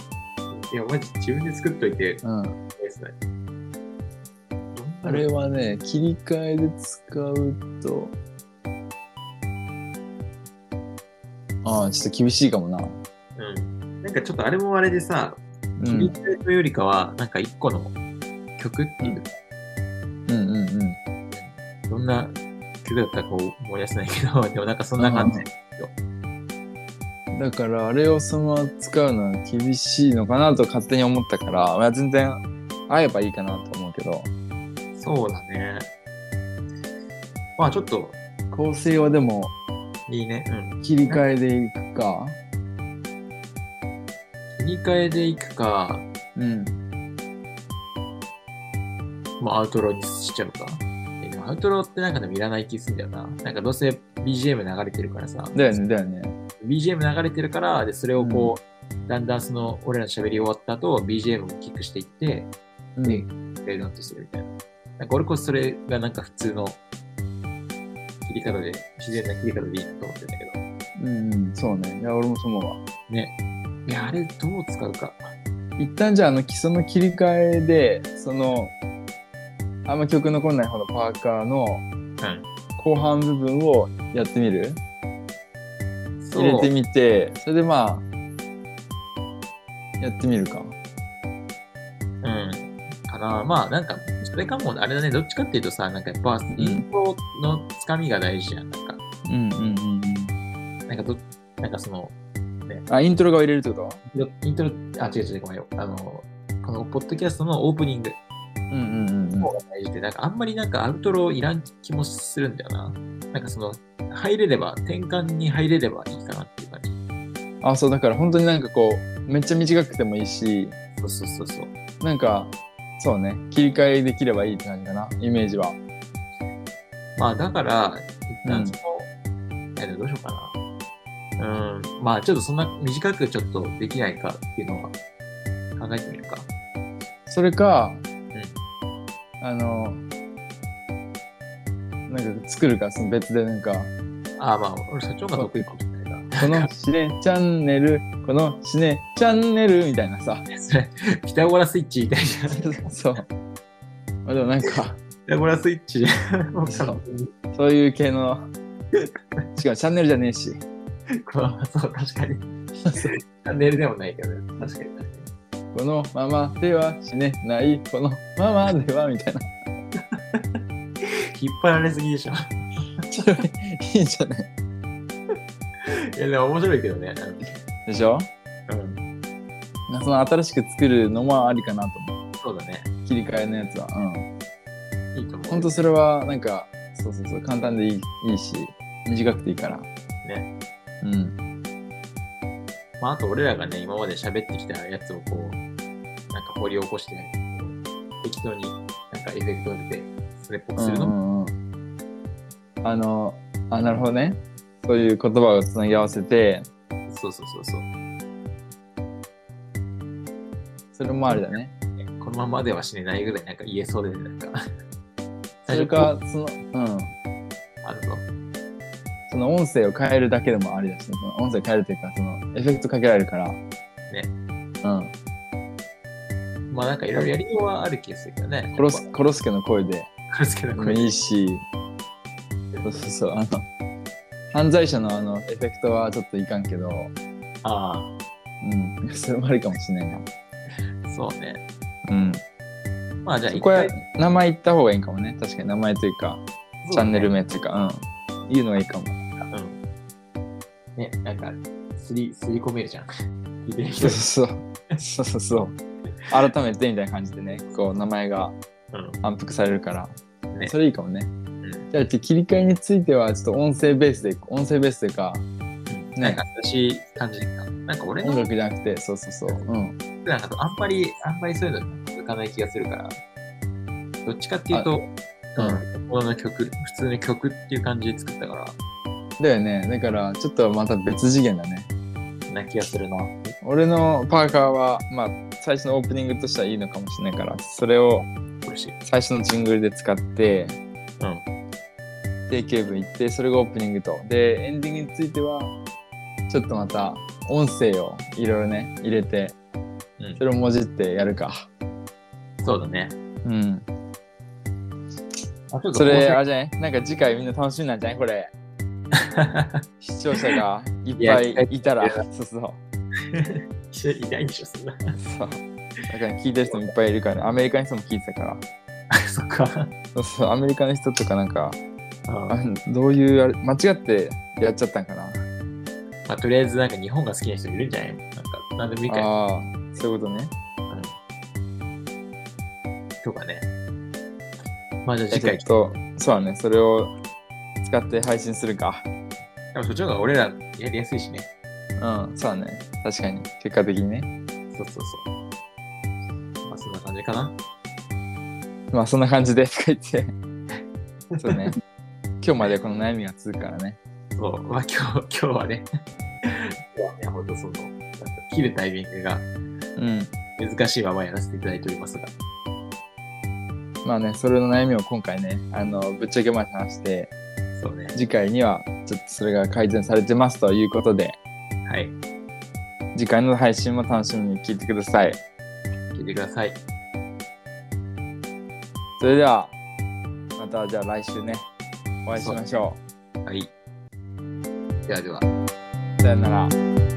[SPEAKER 2] いや、マジ自分で作っといて、
[SPEAKER 1] うん。
[SPEAKER 2] ですね。
[SPEAKER 1] あれはね、切り替えで使うと、ああ、ちょっと厳しいかもな。
[SPEAKER 2] うん。なんかちょっとあれもあれでさ、
[SPEAKER 1] う
[SPEAKER 2] 切
[SPEAKER 1] ん
[SPEAKER 2] り、替えというよりかは、なんか一個の曲っていう、
[SPEAKER 1] うん、うん、うん。
[SPEAKER 2] どんな曲だったか思い出せないけど、で もなんかそんな感じ。
[SPEAKER 1] だから、あれをそのまま使うのは厳しいのかなと勝手に思ったから、まあ、全然合えばいいかなと思うけど、
[SPEAKER 2] そうだね。まあちょっと、
[SPEAKER 1] 構成はでも
[SPEAKER 2] いいね。うん。
[SPEAKER 1] 切り替えでいくか。
[SPEAKER 2] 切り替えでいくか、
[SPEAKER 1] うん。
[SPEAKER 2] まあアウトロにしちゃうか。えでもアウトロってなんかでもいらない気すんだよな。なんかどうせ BGM 流れてるからさ。
[SPEAKER 1] だよね、だよね。
[SPEAKER 2] BGM 流れてるから、でそれをこう、だんだんその俺らの喋り終わった後、BGM をキックしていって、
[SPEAKER 1] う
[SPEAKER 2] で
[SPEAKER 1] ん。、
[SPEAKER 2] フェードアウトするみたいな。なんか俺こそそれがなんか普通の切り方で、自然な切り方でいいなと思ってんだけど。
[SPEAKER 1] うん、うん、そうね。いや、俺もそう思うわ。
[SPEAKER 2] いや、あれどう使うか。
[SPEAKER 1] 一旦じゃあ、あの、基礎の切り替えで、その、あんま曲残んない方のパーカーの、
[SPEAKER 2] う
[SPEAKER 1] 後半部分をやってみる
[SPEAKER 2] ん。そ
[SPEAKER 1] 入れ
[SPEAKER 2] う
[SPEAKER 1] て。みてそれでまあやってみるか
[SPEAKER 2] うん。かな。まあなんか、それかもあれだね、どっちかっていうとさ、なんかやっぱインフロのつかみが大事じゃん。なんか、
[SPEAKER 1] うんうんうん
[SPEAKER 2] なんかど、なんかその、
[SPEAKER 1] あイントロ側入れるってこと
[SPEAKER 2] イントロ、あ、違う違う、ごめんよ。あの、このポッドキャストのオープニング。
[SPEAKER 1] うんうんうん
[SPEAKER 2] 方が大事で、なんかあんまりなんかアウトローいらん気もするんだよな。なんかその、入れれば、転換に入れればいいかなっていう感じ。
[SPEAKER 1] あそうだから本当になんかこうめっちゃ短くてもいいし
[SPEAKER 2] そうそうそうそう。
[SPEAKER 1] なんかそうね切り替えできればいいって感じかなイメージは
[SPEAKER 2] まあだから、一
[SPEAKER 1] う
[SPEAKER 2] 旦
[SPEAKER 1] ん
[SPEAKER 2] その、えっとどうしようかな。うん、まあちょっとそんな短くちょっとできないかっていうのは考えてみるか。
[SPEAKER 1] それか、
[SPEAKER 2] ん
[SPEAKER 1] あのなんか作るかその別でなんか
[SPEAKER 2] ああまあ、俺そっちの方が得意かもしれない な。
[SPEAKER 1] このシネチャンネル このシネチャンネルみたいなさ
[SPEAKER 2] それ、ピタゴラスイッチみたいじゃん。 ピ
[SPEAKER 1] そうあでもなんか
[SPEAKER 2] タゴラスイッチじゃん。もう
[SPEAKER 1] そ
[SPEAKER 2] そう う。
[SPEAKER 1] そういう系の。しかもチャンネルじゃねえし。
[SPEAKER 2] そう、確かに。チャンネルでもないけど、確かに確かに。
[SPEAKER 1] このままでは死ねない。このままではみたいな。
[SPEAKER 2] 引っ張られすぎでしょ。
[SPEAKER 1] それいいんじゃない
[SPEAKER 2] いや、でも面白いけどね。
[SPEAKER 1] でしょ
[SPEAKER 2] うん。
[SPEAKER 1] その新しく作るのもありかなと思
[SPEAKER 2] そうだね。
[SPEAKER 1] う。切り替えのやつは。うん。
[SPEAKER 2] いいと思う。
[SPEAKER 1] ほんとそれは、なんか、そうそうそう、簡単でいいいいし、短くていいから。
[SPEAKER 2] ね。
[SPEAKER 1] うん。
[SPEAKER 2] まあ、あと俺らがね、今まで喋ってきたやつをこう、なんか掘り起こして、適当になんかエフェクトを出て、それっぽくするの、
[SPEAKER 1] うんうんうん、あの、あ、なるほどね。そういう言葉をつなぎ合わせて、
[SPEAKER 2] そうそうそうそう。
[SPEAKER 1] それもありだね。。
[SPEAKER 2] このままでは死ねないぐらいなんか言えそうで、なんか
[SPEAKER 1] それか、その、うん。
[SPEAKER 2] 最初こう、あるぞ。
[SPEAKER 1] その音声を変えるだけでもありだし、ね、その音声変えるというか、そのエフェクトかけられるから。ね。うん。
[SPEAKER 2] まあなんかいろいろやりようはある気がするけ どね。
[SPEAKER 1] コロス、コロスケの声で
[SPEAKER 2] 殺すけど、こ
[SPEAKER 1] も
[SPEAKER 2] れ。
[SPEAKER 1] いいし、そうそうそう、あの、犯罪者のあの、エフェクトはちょっといかんけど、
[SPEAKER 2] ああ、
[SPEAKER 1] うん。それもありかもしれないな。
[SPEAKER 2] そうね。
[SPEAKER 1] うん。
[SPEAKER 2] まあじゃあ
[SPEAKER 1] そ
[SPEAKER 2] 一
[SPEAKER 1] こは
[SPEAKER 2] 回、
[SPEAKER 1] 名前言った方がいいかもね。確かに名前というか、チャンネル
[SPEAKER 2] 目
[SPEAKER 1] 名というか、うん。いうのがいいかも。
[SPEAKER 2] うん。ね、なんか、すり、すり込める じゃん。聞いてる
[SPEAKER 1] そ
[SPEAKER 2] 人
[SPEAKER 1] うそうそう。そうそうそう。改めてみたいな感じでね、こう名前が
[SPEAKER 2] うん。
[SPEAKER 1] 反復されるから、
[SPEAKER 2] ね
[SPEAKER 1] それいいかもね。
[SPEAKER 2] ん
[SPEAKER 1] じゃあ、切り替えについては、ちょっと音声ベースで、音声ベースというか、
[SPEAKER 2] な
[SPEAKER 1] ね
[SPEAKER 2] んか、優しい感じかな。なんか俺の
[SPEAKER 1] 音楽じゃなくて、そうそうそう。うん。
[SPEAKER 2] 普段だとあんまり、あんまりそういうの続かない気がするから、どっちかっていうと、
[SPEAKER 1] あ
[SPEAKER 2] うん、この曲、普通の曲っていう感じで作ったから、
[SPEAKER 1] だよね。だから、ちょっとまた別次元だね。
[SPEAKER 2] な気がするな。
[SPEAKER 1] 俺のパーカーは、まあ、最初のオープニングとしてはいいのかもしれないから、それを
[SPEAKER 2] 嬉しい。
[SPEAKER 1] 最初のジングルで使って、
[SPEAKER 2] うん。
[SPEAKER 1] 定型文行ってそれがオープニングとでエンディングについてはちょっとまた音声をいろいろね入れて
[SPEAKER 2] うん
[SPEAKER 1] それをもじってやるか
[SPEAKER 2] そうだね。
[SPEAKER 1] うん
[SPEAKER 2] あ、ちょっと
[SPEAKER 1] それあ
[SPEAKER 2] こ
[SPEAKER 1] れじゃないなんか次回みんな楽しみなんじゃないこれ 視聴者がいっ
[SPEAKER 2] いや
[SPEAKER 1] ぱ
[SPEAKER 2] いっぱい
[SPEAKER 1] いいたら
[SPEAKER 2] いや
[SPEAKER 1] そうそう
[SPEAKER 2] の人いないでしょ、そんな。
[SPEAKER 1] そうだから聞いてる人もいっぱいいるからアメリカの人も聞いてたから
[SPEAKER 2] そっか。
[SPEAKER 1] そうそうアメリカの人とかなんか
[SPEAKER 2] うん
[SPEAKER 1] あどういうあれ間違ってやっちゃったんかな
[SPEAKER 2] まあ、とりあえずなんか日本が好きな人いるんじゃないなんか、なんでもいいから。
[SPEAKER 1] ああそういうことね
[SPEAKER 2] とかね。まあじゃあ次
[SPEAKER 1] ちょっ
[SPEAKER 2] 回、
[SPEAKER 1] とそうだねそれを使って配信するか
[SPEAKER 2] でもそっちの方が俺らやりやすいしね。
[SPEAKER 1] うん、そうだね。確かに。結果的にね。
[SPEAKER 2] そうそうそう。まあそんな感じかな。
[SPEAKER 1] まあ、そんな感じで、とか言 って。そうね。今日までこの悩みが続くからね。
[SPEAKER 2] そう。まあ今日、 今日はね、今日はね、ほんとその、なんか切るタイミングが
[SPEAKER 1] うん。
[SPEAKER 2] 難しいままやらせていただいておりますが。
[SPEAKER 1] まあね、それの悩みを今回ね、あの、ぶっちゃけまで話して、
[SPEAKER 2] そうね。
[SPEAKER 1] 次回には、ちょっとそれが改善されてますということで、
[SPEAKER 2] はい。
[SPEAKER 1] 次回の配信も楽しみに聞いてください。
[SPEAKER 2] 聞いてください。
[SPEAKER 1] それでは、またじゃあ来週ね、お会いしましょ
[SPEAKER 2] はい。ではでは。
[SPEAKER 1] う。さよなら。
[SPEAKER 2] さ